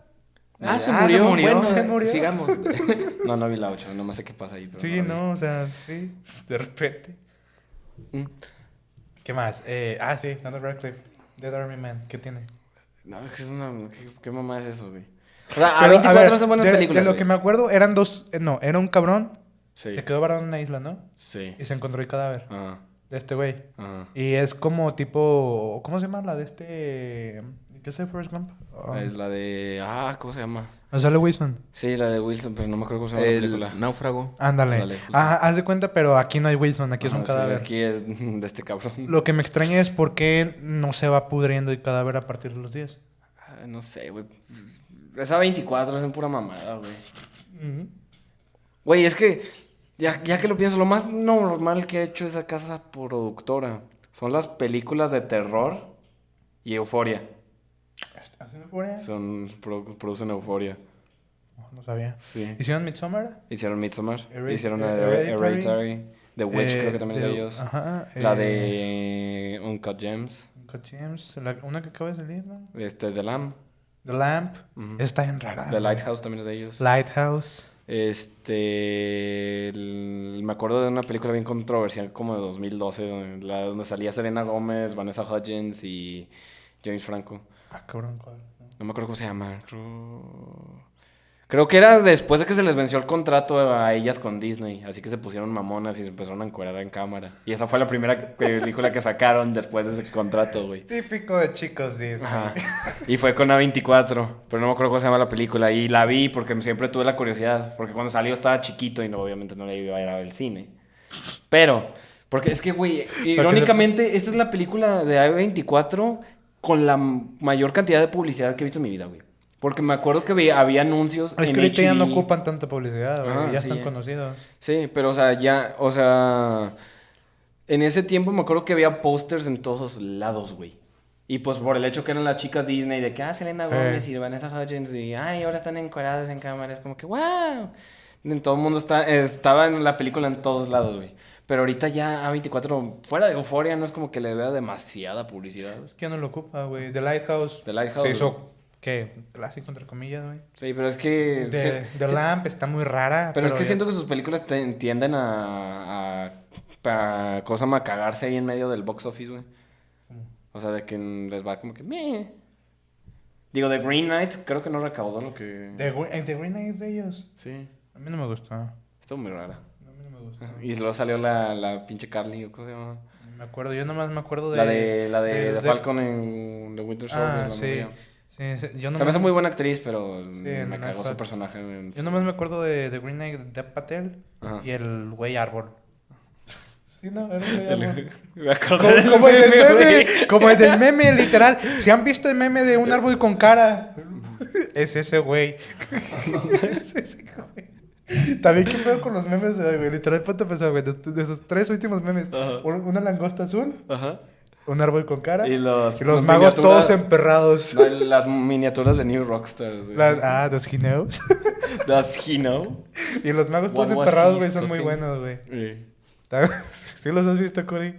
Speaker 3: Ah, se
Speaker 2: Ah, se
Speaker 3: murió.
Speaker 2: murió.
Speaker 3: Bueno,
Speaker 1: Se murió.
Speaker 3: Sigamos.
Speaker 2: No, no vi la 8, nomás sé qué pasa ahí. Pero
Speaker 1: Sí,
Speaker 2: la vi.
Speaker 1: no, o sea, sí, de repente.
Speaker 2: Mm.
Speaker 1: ¿Qué más? Eh, ah, sí, Daniel Radcliffe, Dead Army Man, ¿qué tiene?
Speaker 2: No, es que es una... ¿Qué, qué mamá es eso, güey? O sea,
Speaker 1: Pero,
Speaker 2: A24
Speaker 1: ver,
Speaker 2: hace Ah, buenas
Speaker 1: de,
Speaker 2: películas,
Speaker 1: De lo
Speaker 2: güey.
Speaker 1: que me acuerdo, eran dos, eh, no, era un cabrón,
Speaker 2: Sí,
Speaker 1: se quedó varado en una isla, ¿no?
Speaker 2: sí.
Speaker 1: Y se encontró el cadáver
Speaker 2: Ajá,
Speaker 1: de este güey.
Speaker 2: ajá.
Speaker 1: Y es como tipo, ¿cómo se llama la de este? ¿Qué es el First Gump? Um,
Speaker 2: Es la de... Ah, ¿cómo se llama?
Speaker 1: ¿no sale Wilson.
Speaker 2: Sí, la de Wilson, pero no me acuerdo cómo se llama la película.
Speaker 3: El náufrago.
Speaker 1: Ándale.
Speaker 2: Ándale, justo.
Speaker 1: Ah, haz de cuenta, pero aquí no hay Wilson, aquí es
Speaker 2: Ajá,
Speaker 1: un
Speaker 2: Ah, sí,
Speaker 1: cadáver.
Speaker 2: aquí es de este cabrón.
Speaker 1: Lo que me extraña es por qué no se va pudriendo el cadáver a partir de los días.
Speaker 2: Ah, No sé, güey. Esa 24 es en pura mamada, güey. Güey, es que, ya, ya que lo pienso, lo más normal que ha hecho esa casa productora son las películas de terror y euforia. Son, produ- producen euforia.
Speaker 1: Oh, No, no sabía.
Speaker 2: Sí.
Speaker 1: ¿Hicieron Midsommar?
Speaker 2: Hicieron Midsommar.
Speaker 1: Hered-
Speaker 2: hicieron la de
Speaker 1: Hereditary.
Speaker 2: Hereditary. The Witch,
Speaker 1: Eh,
Speaker 2: creo que también es
Speaker 1: de-
Speaker 2: de ellos.
Speaker 1: Ajá.
Speaker 2: La
Speaker 1: eh,
Speaker 2: de Uncut Gems.
Speaker 1: Uncut Gems, la- una que acaba de salir, ¿no?
Speaker 2: Este, The Lamb.
Speaker 1: The Lamp.
Speaker 2: Ujú.
Speaker 1: Está en rara.
Speaker 2: The
Speaker 1: güey.
Speaker 2: Lighthouse también es de ellos.
Speaker 1: Lighthouse.
Speaker 2: Este, el- me acuerdo de una película bien controversial como de 2012, donde, la- donde salía Selena Gómez, Vanessa Hudgens y James Franco.
Speaker 1: Ah, cabrón, ¿cuál? No.
Speaker 2: No me acuerdo cómo se llama. Creo, creo que era después de que se les venció el contrato a ellas con Disney, así que se pusieron mamonas y se empezaron a encuerar en cámara. Y esa fue la primera película que sacaron después de ese contrato, güey.
Speaker 1: Típico de chicos Disney.
Speaker 2: Ajá. Y fue con A24, pero no me acuerdo cómo se llama la película. Y la vi porque siempre tuve la curiosidad, porque cuando salió estaba chiquito y no, obviamente no le iba a ir a ver el cine. Pero, porque es que, güey, irónicamente, esta es la película de A24 con la m- mayor cantidad de publicidad que he visto en mi vida, güey. Porque me acuerdo que ve- había anuncios
Speaker 1: Es
Speaker 2: en
Speaker 1: que ahorita ya no
Speaker 2: HE.
Speaker 1: ocupan tanta publicidad, güey.
Speaker 2: Ah,
Speaker 1: ya
Speaker 2: sí,
Speaker 1: están
Speaker 2: ya.
Speaker 1: conocidos.
Speaker 2: Sí, pero o sea, ya, o sea, en ese tiempo me acuerdo que había pósters en todos lados, güey. Y pues por el hecho que eran las chicas Disney, de que, ah, Selena
Speaker 1: Eh.
Speaker 2: Gómez y Vanessa Hudgens, y, ay, ahora están encueradas en cámara, es como que, wow. En todo el mundo está, estaba en la película en todos lados, güey. Pero ahorita ya A24, fuera de euforia, no es como que le vea demasiada publicidad.
Speaker 1: Es que ya no lo ocupa, güey. The Lighthouse.
Speaker 2: The Lighthouse.
Speaker 1: Se hizo, ¿qué? Clásico, entre comillas, güey.
Speaker 2: Sí, pero es que...
Speaker 1: The,
Speaker 2: sí-
Speaker 1: The
Speaker 2: sí-
Speaker 1: Lamp está muy rara.
Speaker 2: Pero, es que
Speaker 1: Ah, ya-
Speaker 2: siento que sus películas te- tienden a, a, a cosa más cagarse ahí en medio del box office, güey.
Speaker 1: Mm.
Speaker 2: O sea, de que les va como que meh. Digo, The Green Knight creo que no recaudó lo que...
Speaker 1: The, Gre- eh, The Green Knight de ellos.
Speaker 2: Sí,
Speaker 1: A mí no me gustó. No,
Speaker 2: estuvo muy rara.
Speaker 1: a mí no me gustó.
Speaker 2: Y luego salió la, la pinche Carly, ¿o ¿cómo se llama?
Speaker 1: Ni Me acuerdo, yo nomás me acuerdo de.
Speaker 2: la de, la de, The
Speaker 1: de-
Speaker 2: Falcon en The Winter Soldier.
Speaker 1: Ah,
Speaker 2: la
Speaker 1: sí.
Speaker 2: morrilla.
Speaker 1: sí, sí, Yo
Speaker 2: También
Speaker 1: nomás,
Speaker 2: es muy buena actriz, pero
Speaker 1: no,
Speaker 2: me cagó
Speaker 1: fue-
Speaker 2: su personaje. en-
Speaker 1: yo nomás me acuerdo de, de Green Knight, de Patel
Speaker 2: Ajá.
Speaker 1: y el güey árbol. Sí, no, era un güey árbol.
Speaker 2: Me acuerdo del
Speaker 1: Como, como el del
Speaker 2: meme, güey.
Speaker 1: meme, como el del meme, literal. Si han visto el meme de un árbol con cara. Es ese güey. es ese güey. También qué pedo con los memes, eh, güey. Literal, ponte a pensar, güey. De, de esos tres últimos memes.
Speaker 2: Ajá.
Speaker 1: un- Una langosta azul,
Speaker 2: Ajá.
Speaker 1: un árbol con cara.
Speaker 2: Y los,
Speaker 1: Y los
Speaker 2: las
Speaker 1: magos todos
Speaker 2: miniaturas-
Speaker 1: emperrados.
Speaker 2: no, las miniaturas de New Rockstars, güey.
Speaker 1: Las- ah, los gineos.
Speaker 2: That's he know. eh.
Speaker 1: y los magos todos
Speaker 2: One was
Speaker 1: emperrados,
Speaker 2: his
Speaker 1: güey, son muy
Speaker 2: cooking.
Speaker 1: buenos, güey.
Speaker 2: Sí.
Speaker 1: ¿Sí los has visto, Cody?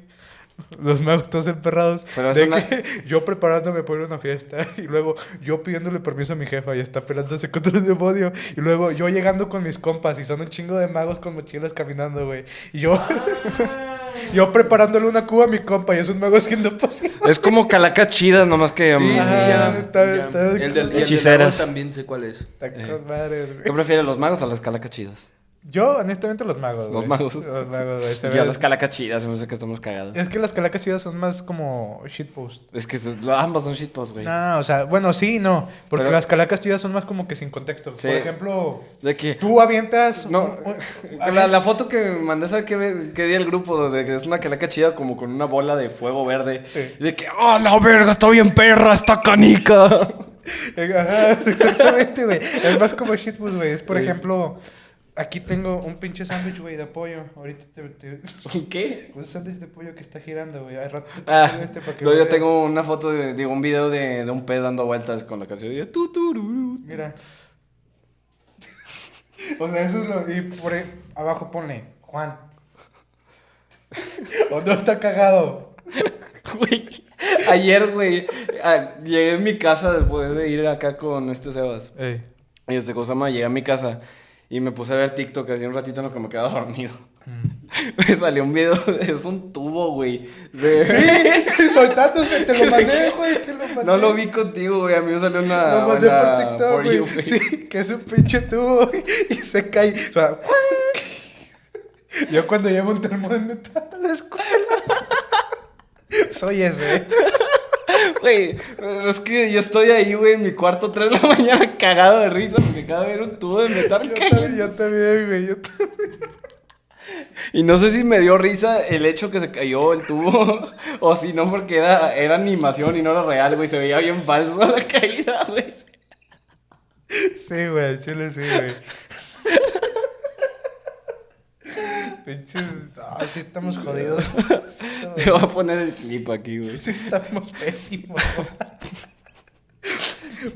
Speaker 1: Los magos todos emperrados.
Speaker 2: Pero es
Speaker 1: de
Speaker 2: una-
Speaker 1: que yo preparándome para ir a una fiesta y luego yo pidiéndole permiso a mi jefa y está peleándose contra el demonio. Y luego yo llegando con mis compas y son un chingo de magos con mochilas caminando, güey. Y yo, yo preparándole una cuba a mi compa y es un mago haciendo pasión.
Speaker 2: Es como calacas chidas, nomás que.
Speaker 3: Sí, sí,
Speaker 2: mm,
Speaker 1: Ah,
Speaker 3: ya.
Speaker 1: está-
Speaker 3: ya.
Speaker 1: está-
Speaker 3: El del, y el del
Speaker 2: Hechiceras.
Speaker 3: árbol también sé cuál es.
Speaker 1: Está
Speaker 2: Eh.
Speaker 1: con madre, güey.
Speaker 2: ¿Qué prefieres, los magos o las calacas chidas?
Speaker 1: Yo, honestamente, los magos.
Speaker 2: Los
Speaker 1: güey.
Speaker 2: magos.
Speaker 1: Los magos, güey. Se
Speaker 2: Yo
Speaker 1: ve-
Speaker 2: las calacas chidas, se me hace que estamos cagados.
Speaker 1: Es que las calacas chidas son más como shitpost.
Speaker 2: Es que eso- ambas son shitposts, güey.
Speaker 1: No, o sea, bueno, sí, y no. Porque
Speaker 2: Pero-
Speaker 1: las calacas chidas son más como que sin contexto.
Speaker 2: Sí.
Speaker 1: Por ejemplo,
Speaker 2: De que.
Speaker 1: tú avientas.
Speaker 2: No,
Speaker 1: un- un-
Speaker 2: la, la foto que me mandé, ¿sabes qué, qué di el grupo? De que es una calaca chida como con una bola de fuego verde.
Speaker 1: Sí.
Speaker 2: Y de que, ¡oh, la verga! Está bien perra esta canica.
Speaker 1: eh, Ajá, exactamente, güey. Es más como shitpost, güey. Es, por ejemplo, aquí tengo un pinche sándwich, güey, de pollo. Ahorita te. te-
Speaker 2: ¿Qué?
Speaker 1: Un sándwich de pollo que está girando, güey. Al rato-
Speaker 2: Ah,
Speaker 1: este para que
Speaker 2: no,
Speaker 1: lo
Speaker 2: yo
Speaker 1: veas.
Speaker 2: tengo una foto, de, digo, un video de, de un pez dando vueltas con la canción. Y yo, tu, tu, ru, ru.
Speaker 1: Mira. O sea, eso es lo. Y por ahí, abajo pone Juan. ¿O no está cagado?
Speaker 2: Güey, ayer, güey, ah, llegué a mi casa después de ir acá con este Sebas. Y este Cosama llegué a mi casa y me puse a ver TikTok hacía un ratito en lo que me quedaba dormido.
Speaker 1: Mm.
Speaker 2: Me salió un video, es un tubo, güey. de-
Speaker 1: Sí, soltándose, te lo mandé, güey, te lo mandé.
Speaker 2: No lo vi contigo, güey. A mí me salió una.
Speaker 1: Lo mandé
Speaker 2: una
Speaker 1: por TikTok,
Speaker 2: for you,
Speaker 1: güey. Sí, que es un pinche tubo güey, y se cae. O sea, yo cuando llevo un termo de metal a la escuela. Soy ese.
Speaker 2: Güey, pero es que yo estoy ahí, güey, en mi cuarto 3 de la mañana cagado de risa porque acaba de ver un tubo de metal
Speaker 1: Yo también, yo
Speaker 2: cayendo.
Speaker 1: también, güey. Yo también.
Speaker 2: Y no sé si me dio risa el hecho que se cayó el tubo o si no, porque era, era animación y no era real, güey. Se veía bien falso la caída, güey.
Speaker 1: Sí, güey, al chile sí, güey. Pinches. Ah, sí, estamos jodidos. Sí, estamos-
Speaker 2: Se va a poner el clip aquí, güey.
Speaker 1: Sí, estamos pésimos.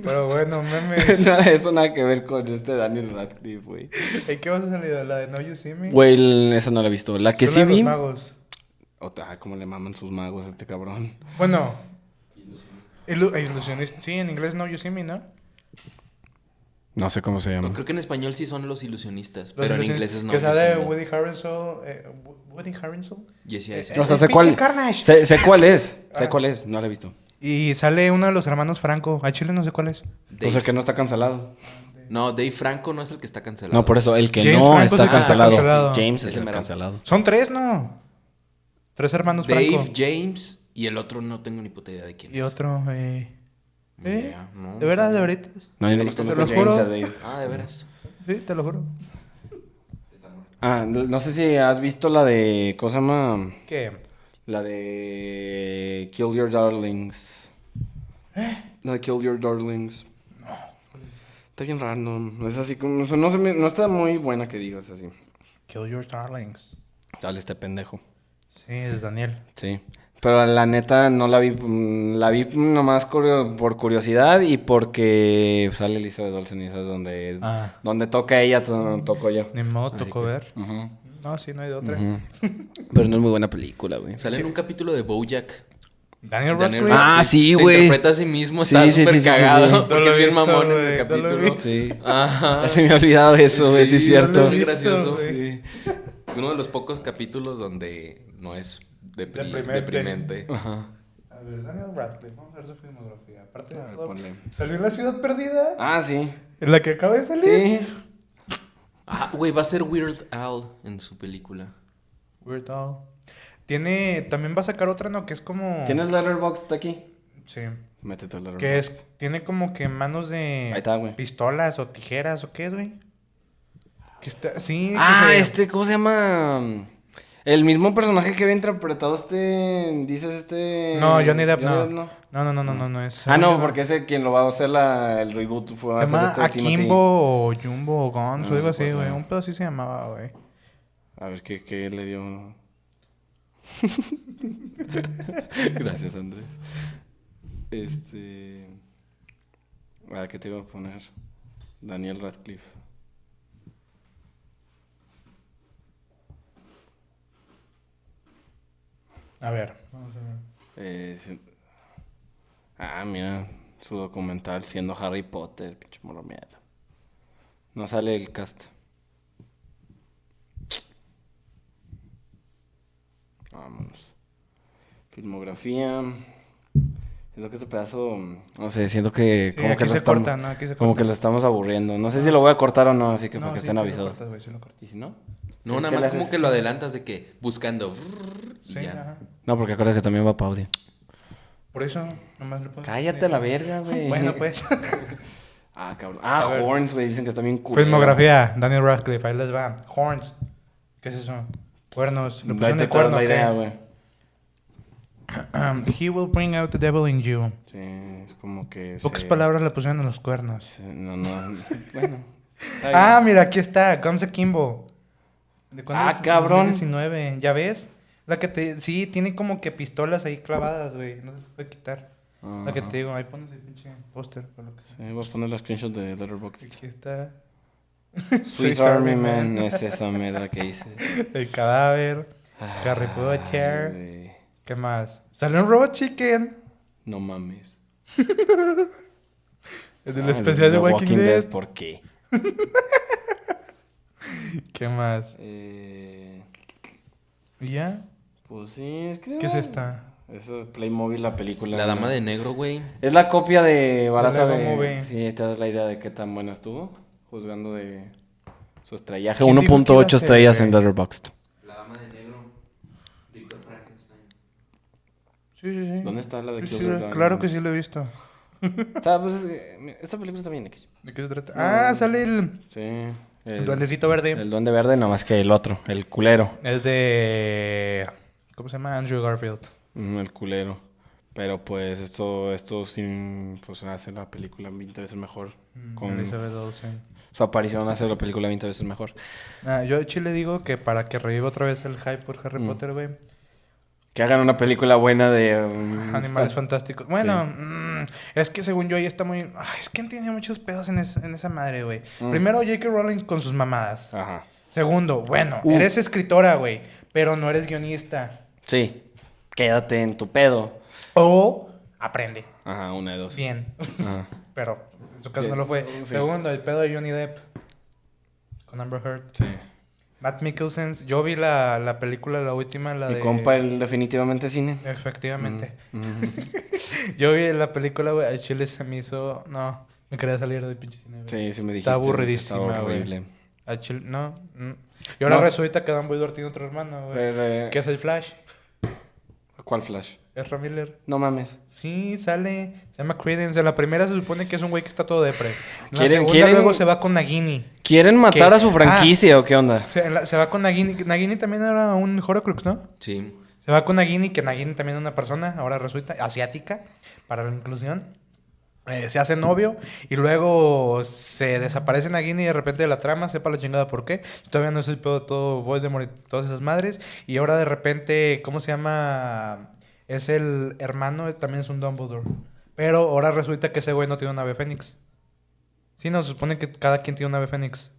Speaker 1: Pero bueno, memes.
Speaker 2: Nada, eso nada que ver con este Daniel Radcliffe, güey.
Speaker 1: ¿Y qué vas a salir? ¿La de No You See Me?
Speaker 2: Güey, el- esa no la he visto. La que
Speaker 1: Son
Speaker 2: sí
Speaker 1: la de los
Speaker 2: vi.
Speaker 1: magos.
Speaker 2: Ota, cómo le maman sus magos a este cabrón.
Speaker 1: Bueno. Ilu- ilusionista. Sí, en inglés No You See Me, ¿no?
Speaker 2: No sé cómo se
Speaker 3: No,
Speaker 2: llama.
Speaker 3: creo que en español sí son los ilusionistas,
Speaker 1: Los
Speaker 3: pero en
Speaker 1: ilusionistas.
Speaker 3: inglés es no.
Speaker 1: Que sale
Speaker 3: ilusionismo.
Speaker 1: Woody Harrelson. eh, Wo- Woody Harrelson.
Speaker 3: Yes, yes,
Speaker 1: Eh,
Speaker 3: yes.
Speaker 2: O sea,
Speaker 1: El
Speaker 2: sé
Speaker 1: pinche
Speaker 2: cuál,
Speaker 1: Carnage.
Speaker 2: sé, sé cuál es. Sé
Speaker 1: Ah.
Speaker 2: cuál es. No la he visto.
Speaker 1: Y sale uno de los hermanos Franco. A Chile no sé cuál es.
Speaker 3: Dave-
Speaker 2: O sea, que no está cancelado.
Speaker 3: No, Dave Franco no es el que está cancelado.
Speaker 2: No, por eso. El que
Speaker 1: James
Speaker 2: no
Speaker 1: Franco
Speaker 2: está
Speaker 1: es el que está
Speaker 2: cancelado.
Speaker 1: cancelado.
Speaker 2: James es
Speaker 3: Ese
Speaker 2: el
Speaker 3: mero.
Speaker 2: cancelado.
Speaker 1: Son tres, ¿no? Tres hermanos
Speaker 3: Dave,
Speaker 1: Franco.
Speaker 3: James y el otro no tengo ni puta idea de quién
Speaker 1: Y
Speaker 3: es.
Speaker 1: otro. Eh.
Speaker 3: Ni
Speaker 1: ¿Eh?
Speaker 3: idea, no,
Speaker 1: ¿De
Speaker 3: no
Speaker 1: veras, de
Speaker 3: sabía.
Speaker 1: veritas?
Speaker 2: No, yo no me
Speaker 3: Te
Speaker 1: lo
Speaker 2: conozco a
Speaker 1: juro.
Speaker 2: James, a Dave.
Speaker 3: Ah, de veras.
Speaker 1: Sí, te lo juro.
Speaker 2: Ah, no no sé si has visto la de. ¿Cómo se llama?
Speaker 1: ¿Qué?
Speaker 2: La de. Kill Your Darlings. La de Kill Your Darlings. Está bien raro. Es así como. o sea, no, se me- no está muy buena que digas así.
Speaker 1: Kill Your Darlings.
Speaker 2: Dale este pendejo.
Speaker 1: Sí, es Daniel.
Speaker 2: Sí. Pero la neta no la vi. mm, La vi nomás curio- por curiosidad y porque sale Elizabeth Olsen y esa es donde,
Speaker 1: Ah.
Speaker 2: donde toca ella, to- toco yo.
Speaker 1: Ni modo, tocó ver.
Speaker 2: Ujú.
Speaker 1: No, sí, no hay de otra.
Speaker 2: Pero no es muy buena película,
Speaker 1: Mm.
Speaker 2: güey.
Speaker 3: Sale en un capítulo de Bojack.
Speaker 1: Daniel
Speaker 3: Daniel
Speaker 1: Radcliffe.
Speaker 2: Ah,
Speaker 3: Radcliffe
Speaker 2: sí,
Speaker 3: se
Speaker 2: güey.
Speaker 3: interpreta a sí mismo,
Speaker 2: Sí,
Speaker 3: está
Speaker 2: sí, sí,
Speaker 3: súper
Speaker 2: sí, sí,
Speaker 3: cagado.
Speaker 2: sí.
Speaker 1: No
Speaker 3: Porque
Speaker 1: lo
Speaker 3: es
Speaker 1: he
Speaker 3: bien
Speaker 1: visto,
Speaker 3: mamón en
Speaker 1: güey,
Speaker 3: el
Speaker 1: no lo he
Speaker 3: capítulo.
Speaker 1: visto.
Speaker 2: Sí.
Speaker 3: Ajá.
Speaker 2: Ah, se me ha olvidado eso, güey, sí, es
Speaker 1: Sí, no
Speaker 2: cierto.
Speaker 1: lo he
Speaker 3: Muy
Speaker 1: visto,
Speaker 3: gracioso.
Speaker 1: güey.
Speaker 2: Sí.
Speaker 3: Uno de los pocos capítulos donde no es depri-
Speaker 1: Deprimente.
Speaker 3: deprimente.
Speaker 2: Ajá.
Speaker 1: A ver, Daniel Radcliffe, vamos a ver su filmografía. Aparte de
Speaker 2: A ver,
Speaker 1: todo,
Speaker 2: ponle.
Speaker 1: salió en La Ciudad Perdida,
Speaker 2: Ah, sí.
Speaker 1: en la que acaba de salir.
Speaker 2: Sí.
Speaker 3: Ah, güey, va a ser Weird Al en su película.
Speaker 1: Weird Al. Tiene, también va a sacar otra, ¿no? Que es como...
Speaker 2: ¿Tienes Letterboxd aquí?
Speaker 1: Sí.
Speaker 2: Métete al Letterboxd.
Speaker 1: Que es, tiene como que manos de
Speaker 2: Ahí está, güey.
Speaker 1: pistolas o tijeras o qué es, güey. Que está, sí. que
Speaker 2: Ah,
Speaker 1: se-
Speaker 2: este, ¿cómo se llama? El mismo personaje que había interpretado este, dices este...
Speaker 1: No, Johnny Depp no. No, no, no, no, no, no es.
Speaker 2: Ah, no, porque ese quien lo va a hacer la, el reboot fue
Speaker 1: Se
Speaker 2: va a ser
Speaker 1: llama
Speaker 2: este Timothy.
Speaker 1: Akimbo o Jumbo o Gonzo,
Speaker 2: No,
Speaker 1: algo
Speaker 2: no
Speaker 1: así,
Speaker 2: puedo
Speaker 1: güey.
Speaker 2: saber.
Speaker 1: Un pedo así se llamaba, güey.
Speaker 2: A ver, ¿qué, qué le dio? Gracias, Andrés. Este... Ah, ¿qué te iba a poner? Daniel Radcliffe.
Speaker 1: A ver. Vamos a ver.
Speaker 2: Eh, si- Ah, mira, su documental siendo Harry Potter, pinche moro miedo. No sale el cast. Vámonos. Filmografía. Siento que este pedazo, no sé, siento que
Speaker 1: Sí,
Speaker 2: como
Speaker 1: aquí
Speaker 2: que lo
Speaker 1: se
Speaker 2: estamos,
Speaker 1: corta, ¿no? Aquí se
Speaker 2: como
Speaker 1: corta.
Speaker 2: que lo estamos aburriendo. No sé si lo voy a cortar o no, así que para que
Speaker 1: sí,
Speaker 2: estén
Speaker 1: sí lo
Speaker 2: avisados.
Speaker 1: cortas, güey, sí lo cortas.
Speaker 2: ¿Y si no?
Speaker 3: No,
Speaker 2: ¿Qué
Speaker 3: nada
Speaker 2: le
Speaker 3: más
Speaker 2: haces?
Speaker 3: como que lo adelantas de que buscando. y
Speaker 1: Sí,
Speaker 3: ya.
Speaker 1: ajá.
Speaker 2: No, porque acuérdate que también va para audio.
Speaker 1: Por eso, nomás le puedo.
Speaker 2: Cállate a la verga,
Speaker 1: Pues,
Speaker 2: güey.
Speaker 1: Bueno, pues.
Speaker 2: Ah, cabrón. Ah,
Speaker 1: ver.
Speaker 2: Horns, güey. Dicen que está bien culero.
Speaker 1: Filmografía, Daniel Radcliffe, ahí les va. Horns. ¿Qué es eso? Cuernos. ¿Le
Speaker 2: Ahí
Speaker 1: pusieron
Speaker 2: te
Speaker 1: el
Speaker 2: te
Speaker 1: cuerno?
Speaker 2: das la
Speaker 1: o qué?
Speaker 2: idea, güey.
Speaker 1: Um, He will bring out the devil in you.
Speaker 2: Sí, es como que...
Speaker 1: Pocas
Speaker 2: se-
Speaker 1: palabras le pusieron en los cuernos.
Speaker 2: se- No, no. Bueno. está
Speaker 1: Ah,
Speaker 2: bien.
Speaker 1: mira, aquí está, Guns Akimbo. ¿De
Speaker 2: Ah,
Speaker 1: es?
Speaker 2: cabrón.
Speaker 1: 2019, ¿ya ves? La que te... Sí, tiene como que pistolas ahí clavadas, güey. No se las puede quitar.
Speaker 2: Ajá.
Speaker 1: La que te digo, ahí pones el pinche póster o lo que sea.
Speaker 2: Sí, voy a poner la screenshot de Letterboxd.
Speaker 1: Aquí está
Speaker 2: Swiss Army Man es esa mierda que hice.
Speaker 1: el cadáver,
Speaker 2: Ah,
Speaker 1: Harry Potter.
Speaker 2: güey.
Speaker 1: ¿Qué más? Salió un Robot Chicken.
Speaker 2: No mames.
Speaker 1: El del
Speaker 2: Ah,
Speaker 1: especial de Walking, Dead.
Speaker 2: ¿Por qué?
Speaker 1: ¿Qué más?
Speaker 2: Eh,
Speaker 1: ¿Y ya?
Speaker 2: pues sí, es que...
Speaker 1: ¿Qué es esta?
Speaker 2: Eso es Playmobil, la película.
Speaker 3: La dama
Speaker 2: ¿no?
Speaker 3: de negro, güey.
Speaker 2: Es la copia de Barata
Speaker 1: la
Speaker 2: de...
Speaker 1: Movie.
Speaker 2: Sí, te das la idea de qué tan buena estuvo. Juzgando de su estrellaje.
Speaker 1: ¿Quién dijo que iba a
Speaker 2: 1.8
Speaker 1: ser,
Speaker 2: estrellas en
Speaker 1: güey?
Speaker 2: Letterboxd.
Speaker 3: La dama de negro. Víctor Frankenstein.
Speaker 1: Sí, sí, sí.
Speaker 2: ¿Dónde está la de
Speaker 1: Sí, sí,
Speaker 2: Gilbert Garner?
Speaker 1: claro que sí lo he visto.
Speaker 2: O sea, pues, eh, mira, esta película está bien X.
Speaker 1: ¿De qué se trata? Ah, sale el,
Speaker 2: Sí. El,
Speaker 1: el duendecito verde.
Speaker 2: el duende verde, nada más que el otro, el culero.
Speaker 1: Es de. ¿Cómo se llama? Andrew Garfield.
Speaker 2: Mm, El culero. Pero pues esto, esto sin, pues hace la película 20 veces mejor.
Speaker 1: Mm,
Speaker 2: Con
Speaker 1: Elizabeth Olsen.
Speaker 2: su aparición hace la película 20 veces mejor.
Speaker 1: Ah, yo de Chile digo que para que reviva otra vez el hype por Harry
Speaker 2: Mm.
Speaker 1: Potter, güey.
Speaker 2: Que hagan una película buena de... um,
Speaker 1: Animales
Speaker 2: fa-
Speaker 1: fantásticos. Bueno, mm, es que según yo ahí está muy. Ay, es que tiene muchos pedos en, es- en esa madre, güey.
Speaker 2: Mm.
Speaker 1: Primero, J.K. Rowling con sus mamadas.
Speaker 2: Ajá.
Speaker 1: Segundo, bueno,
Speaker 2: Uh.
Speaker 1: eres escritora, güey, pero no eres guionista.
Speaker 2: Sí. Quédate en tu pedo.
Speaker 1: O aprende.
Speaker 2: Ajá, una de dos.
Speaker 1: Bien.
Speaker 2: Ajá.
Speaker 1: Pero en su caso no lo fue.
Speaker 2: Sí.
Speaker 1: Segundo, el pedo de Johnny Depp con Amber Heard.
Speaker 2: Sí.
Speaker 1: Matt Mikkelsen, yo vi la, la película, la última, la
Speaker 2: Mi
Speaker 1: de...
Speaker 2: compa, el definitivamente cine.
Speaker 1: Efectivamente.
Speaker 2: Mm.
Speaker 1: Yo vi la película, güey, al chile se me hizo... No, me quería salir del pinche cine, güey.
Speaker 2: Sí, sí me dijiste.
Speaker 1: Está aburridísima,
Speaker 2: Está
Speaker 1: güey.
Speaker 2: horrible.
Speaker 1: Al chile, no. mm. Y ahora
Speaker 2: No.
Speaker 1: resulta que Dan Boydor tiene otro hermano, güey.
Speaker 2: Pero, eh,
Speaker 1: Que es el Flash.
Speaker 2: ¿Cuál Flash?
Speaker 1: Es Miller.
Speaker 2: No mames.
Speaker 1: Sí, sale. Se llama Credence. En la primera se supone que es un güey que está todo depre. En la
Speaker 2: ¿Quieren-
Speaker 1: segunda
Speaker 2: quieren-
Speaker 1: luego se va con Nagini.
Speaker 2: ¿Quieren matar
Speaker 1: ¿Qué? Ah.
Speaker 2: a su franquicia o qué onda?
Speaker 1: Se, en la- se va con Nagini. Nagini también era un Horocrux, ¿no?
Speaker 3: Sí.
Speaker 1: Se va con Nagini, que Nagini también es una persona, ahora resulta asiática, para la inclusión. Eh, se hace novio y luego se desaparece Nagini y de repente de la trama, sepa la chingada por qué. Todavía no es el pedo de todo Voldemort y todas esas madres. Y ahora de repente, ¿cómo se llama? Es el hermano, también es un Dumbledore. Pero ahora resulta que ese güey no tiene una ave fénix. Sí, no, se supone que cada quien tiene una ave fénix.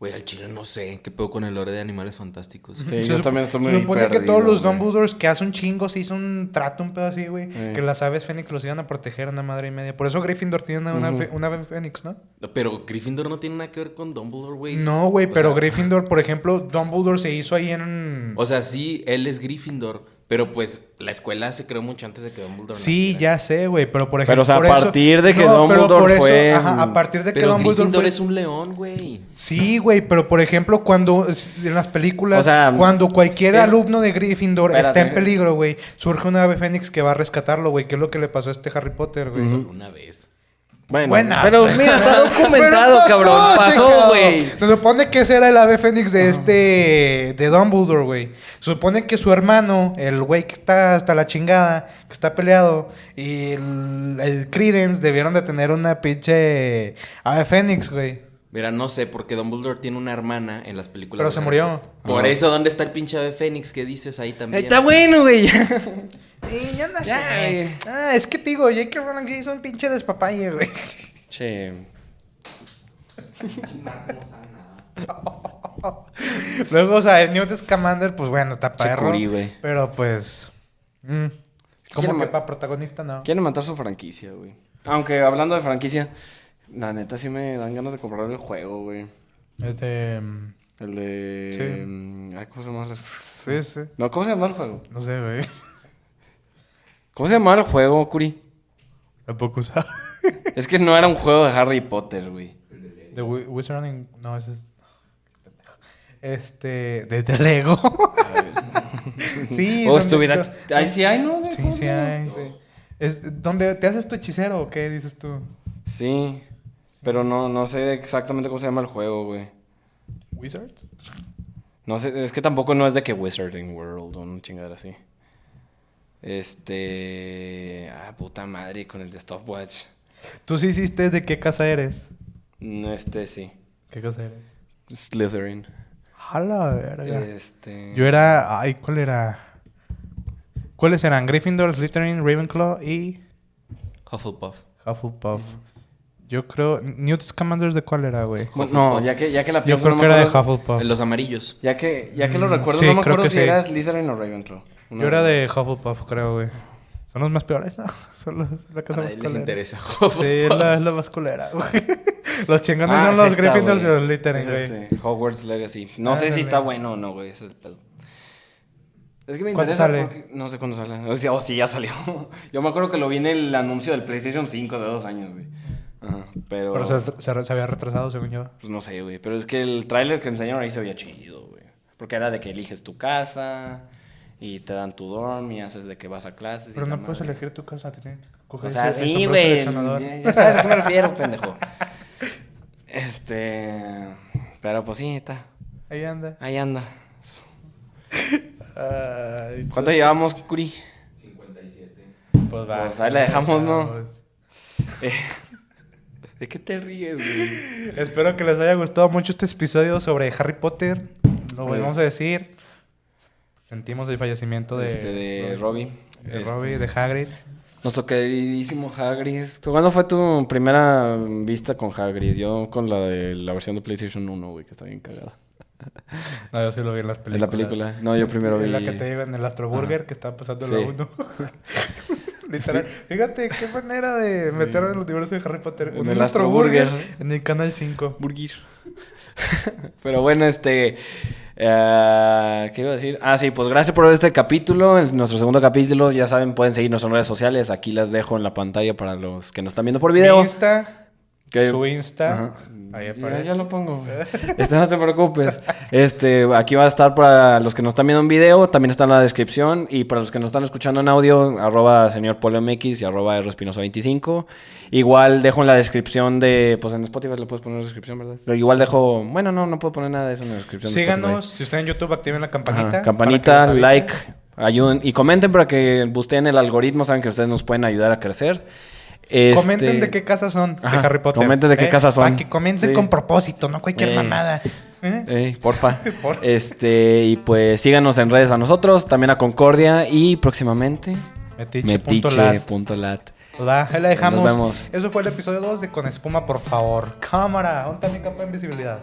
Speaker 3: Güey, al chile no sé. ¿Qué pedo con el lore de animales fantásticos?
Speaker 2: Sí,
Speaker 1: Se
Speaker 2: yo
Speaker 1: supo-
Speaker 2: también estoy muy
Speaker 1: Se supone
Speaker 2: perdido,
Speaker 1: que todos los
Speaker 2: güey.
Speaker 1: Dumbledores que hace un chingo se hizo un trato, un pedo así, güey.
Speaker 2: Sí.
Speaker 1: Que las aves Fénix los iban a proteger a una madre y media. Por eso Gryffindor tiene una, una
Speaker 2: Ujú.
Speaker 1: fe- una ave Fénix, ¿no?
Speaker 3: Pero Gryffindor no tiene nada que ver con Dumbledore, güey.
Speaker 1: No, güey,
Speaker 3: O
Speaker 1: pero
Speaker 3: sea,
Speaker 1: Gryffindor, por ejemplo, Dumbledore se hizo ahí en.
Speaker 3: O sea, sí, él es Gryffindor. Pero pues la escuela se creó mucho antes de que Dumbledore.
Speaker 1: Sí,
Speaker 3: naciera.
Speaker 1: ya sé, güey, pero por ejemplo.
Speaker 2: Pero, o sea, a
Speaker 1: por eso-
Speaker 2: partir de que
Speaker 1: No, pero
Speaker 2: Dumbledore
Speaker 1: por eso-
Speaker 2: fue-
Speaker 1: Ajá, a partir de que
Speaker 3: Pero
Speaker 1: Dumbledore.
Speaker 3: Gryffindor
Speaker 1: fue-
Speaker 3: es un león, güey.
Speaker 1: Sí, güey, pero por ejemplo, cuando en las películas,
Speaker 2: O sea,
Speaker 1: cuando cualquier
Speaker 2: es-
Speaker 1: alumno de Gryffindor
Speaker 2: Espérate.
Speaker 1: está en peligro, güey, surge una ave fénix que va a rescatarlo, güey, que es lo que le pasó a este Harry Potter, güey.
Speaker 3: Solo una vez.
Speaker 2: Bueno,
Speaker 1: Buena,
Speaker 2: pero
Speaker 1: pues.
Speaker 2: mira, está documentado,
Speaker 1: Pero
Speaker 2: cabrón. Pasó,
Speaker 1: chingado.
Speaker 2: güey.
Speaker 1: Se supone que ese era el ave fénix de este. de Dumbledore, güey. Se supone que su hermano, el güey que está hasta la chingada, que está peleado, y el, el Credence debieron de tener una pinche ave fénix, güey.
Speaker 3: Mira, no sé, porque Dumbledore tiene una hermana en las películas.
Speaker 1: Pero
Speaker 3: de
Speaker 1: se
Speaker 3: Harry
Speaker 1: murió.
Speaker 3: Potter. Por
Speaker 2: Ajá.
Speaker 3: eso, ¿dónde está el pinche ave Fénix que dices ahí también?
Speaker 2: Está bueno, güey. ya.
Speaker 1: Y ya no
Speaker 2: Ya, güey.
Speaker 1: Ah, es que te digo, J.K. Rowling sí hizo un pinche despapalle, güey.
Speaker 2: che.
Speaker 1: Luego, o sea, el Newt Scamander, pues bueno, está perro.
Speaker 2: Chicuri, güey.
Speaker 1: Pero pues. mm,
Speaker 2: Quiero
Speaker 1: como que
Speaker 2: ma-
Speaker 1: para protagonista, no.
Speaker 2: Quieren matar su franquicia, güey. Aunque hablando de franquicia, la neta sí me dan ganas de comprar el juego, güey.
Speaker 1: Este. mm,
Speaker 2: El de.
Speaker 1: Sí.
Speaker 2: mm, Ay, ¿cómo se llama?
Speaker 1: Sí, sí.
Speaker 2: No, ¿cómo se llama el juego?
Speaker 1: No sé, güey.
Speaker 2: ¿Cómo se llama el juego, Curi?
Speaker 1: Tampoco usaba.
Speaker 2: Es que no era un juego de Harry Potter, güey.
Speaker 1: The Wi- Wizard and- No, ese es. Este. De, de Lego. sí.
Speaker 2: o
Speaker 1: donde-
Speaker 2: estuviera. Ay, sí hay, ¿no?
Speaker 1: Sí, sí, hay. Es donde te haces tu hechicero o qué dices tú.
Speaker 2: Sí. Pero no, no sé exactamente cómo se llama el juego, güey.
Speaker 1: ¿Wizard?
Speaker 2: No sé, es que tampoco no es de que Wizarding World o un chingadera así. Este. Ah, puta madre, con el de Stopwatch.
Speaker 1: Tú sí hiciste de qué casa eres.
Speaker 2: No, Este sí.
Speaker 1: ¿Qué casa eres?
Speaker 2: Slytherin.
Speaker 1: Jala, verga.
Speaker 2: Este.
Speaker 1: Yo era. Ay, ¿cuál era? ¿Cuáles eran? Gryffindor, Slytherin, Ravenclaw y
Speaker 3: Hufflepuff.
Speaker 1: Hufflepuff. Yo creo. Newt Scamander, ¿de cuál era, güey?
Speaker 2: Bueno, No, ya que, ya que la
Speaker 1: Yo
Speaker 2: pienso,
Speaker 1: creo
Speaker 2: no
Speaker 1: que
Speaker 2: me
Speaker 1: era de
Speaker 2: acuerdo-
Speaker 1: Hufflepuff.
Speaker 3: Los amarillos.
Speaker 2: Ya que, ya que lo
Speaker 1: Mm,
Speaker 2: recuerdo,
Speaker 1: sí,
Speaker 2: no me
Speaker 1: creo
Speaker 2: acuerdo
Speaker 1: que
Speaker 2: si
Speaker 1: sí.
Speaker 2: era Slytherin o Ravenclaw. Una
Speaker 1: Yo era de Hufflepuff, creo, güey. Son los más peores, ¿no? Son los, la
Speaker 3: A
Speaker 1: casa más
Speaker 3: nadie les
Speaker 1: culera.
Speaker 3: interesa
Speaker 1: Sí,
Speaker 3: Hufflepuff.
Speaker 1: es la, es la más culera, güey. Los chingones
Speaker 2: Ah,
Speaker 1: son
Speaker 2: sí
Speaker 1: los
Speaker 2: está,
Speaker 1: Gryffindors y
Speaker 2: güey.
Speaker 1: los Slytherin,
Speaker 2: Es
Speaker 1: güey.
Speaker 2: este, Hogwarts Legacy. No sé si
Speaker 1: Ándale.
Speaker 2: está bueno o no, güey. ese Es el pedo. Es que me
Speaker 1: ¿Cuándo
Speaker 2: interesa
Speaker 1: sale?
Speaker 2: porque- No sé cuándo sale. O sea, oh, sí, ya salió. Yo me acuerdo que lo vi en el anuncio del PlayStation 5 de dos años, güey. Ajá, pero...
Speaker 1: Pero se, se- se había retrasado, según yo.
Speaker 2: Pues no sé, güey. Pero es que el tráiler que enseñaron ahí se veía chido, güey. Porque era de que eliges tu casa y te dan tu dorm y haces de que vas a clases. y
Speaker 1: Pero
Speaker 2: la
Speaker 1: no puedes
Speaker 2: madre.
Speaker 1: elegir tu casa, te tienen que coger
Speaker 2: O sea,
Speaker 1: ese- el
Speaker 2: sí,
Speaker 1: sombrero
Speaker 2: güey.
Speaker 1: seleccionador.
Speaker 2: Ya ya sabes a qué me refiero, pendejo. Este. Pero pues sí, está.
Speaker 1: Ahí anda.
Speaker 2: Ahí anda.
Speaker 1: Ay,
Speaker 2: ¿Cuánto llevamos, Curi?
Speaker 1: pues
Speaker 2: Pues ahí la dejamos, ¿no? Eh. ¿De qué te ríes, güey?
Speaker 1: Espero que les haya gustado mucho este episodio sobre Harry Potter. Lo
Speaker 2: Pues-
Speaker 1: volvemos a decir. Sentimos el fallecimiento de...
Speaker 2: Este, de Robbie.
Speaker 1: De
Speaker 2: Este,
Speaker 1: Robbie, de Hagrid.
Speaker 2: Nuestro queridísimo Hagrid. ¿Tú ¿Cuándo fue tu primera vista con Hagrid? Yo con la de la versión de PlayStation 1, güey, que está bien cagada.
Speaker 1: No, yo sí lo vi en las películas.
Speaker 2: Es la película. No, yo primero vi.
Speaker 1: En la que te llevan el Astro Burger, que está pasando
Speaker 2: Sí.
Speaker 1: la 1. Literal. Fíjate qué manera de meter a los diversos de Harry Potter.
Speaker 2: En
Speaker 1: Un
Speaker 2: el
Speaker 1: Astro
Speaker 2: Astro
Speaker 1: Burger
Speaker 2: Burger.
Speaker 1: en el canal 5.
Speaker 2: Burgir. Pero bueno, este. eh, ¿Qué iba a decir? Ah, sí, pues gracias por ver este capítulo. Es nuestro segundo capítulo. Ya saben, pueden seguirnos en redes sociales. Aquí las dejo en la pantalla para los que nos están viendo por video.
Speaker 1: Insta.
Speaker 2: Que-
Speaker 1: Su Insta.
Speaker 2: Ajá.
Speaker 1: Ahí
Speaker 2: Ya,
Speaker 1: aparece.
Speaker 2: ya lo pongo. güey. Este, no te preocupes. Este, aquí va a estar para los que nos están viendo en video, también está en la descripción. Y para los que nos están escuchando en audio, arroba señor y arroba rspinosa25. Igual dejo en la descripción de, pues en Spotify le puedes poner descripción, ¿verdad? Igual dejo, bueno, no, no puedo poner nada de eso en la descripción. de
Speaker 1: Síganos.
Speaker 2: Spotify.
Speaker 1: Si están en YouTube, activen la
Speaker 2: Ajá,
Speaker 1: campanita. para que
Speaker 2: campanita,
Speaker 1: les avise.
Speaker 2: like, ayuden y comenten para que busteen el algoritmo, saben que ustedes nos pueden ayudar a crecer. Este-
Speaker 1: Comenten de qué casa son
Speaker 2: Ajá,
Speaker 1: de Harry Potter.
Speaker 2: comenten de qué casa son.
Speaker 1: Para que comenten
Speaker 2: Sí.
Speaker 1: con propósito, no cualquier
Speaker 2: Eh.
Speaker 1: mamada. ¿Eh?
Speaker 2: Ey, porfa.
Speaker 1: Por-
Speaker 2: Este, y pues síganos en redes a nosotros, también a Concordia y próximamente
Speaker 1: Metiche.lat.
Speaker 2: metiche.lat.
Speaker 1: Va, ahí la dejamos.
Speaker 2: pues, Nos vemos.
Speaker 1: Eso fue el episodio 2 de Con Espuma, por favor. Cámara, ¿dónde está mi capa de invisibilidad?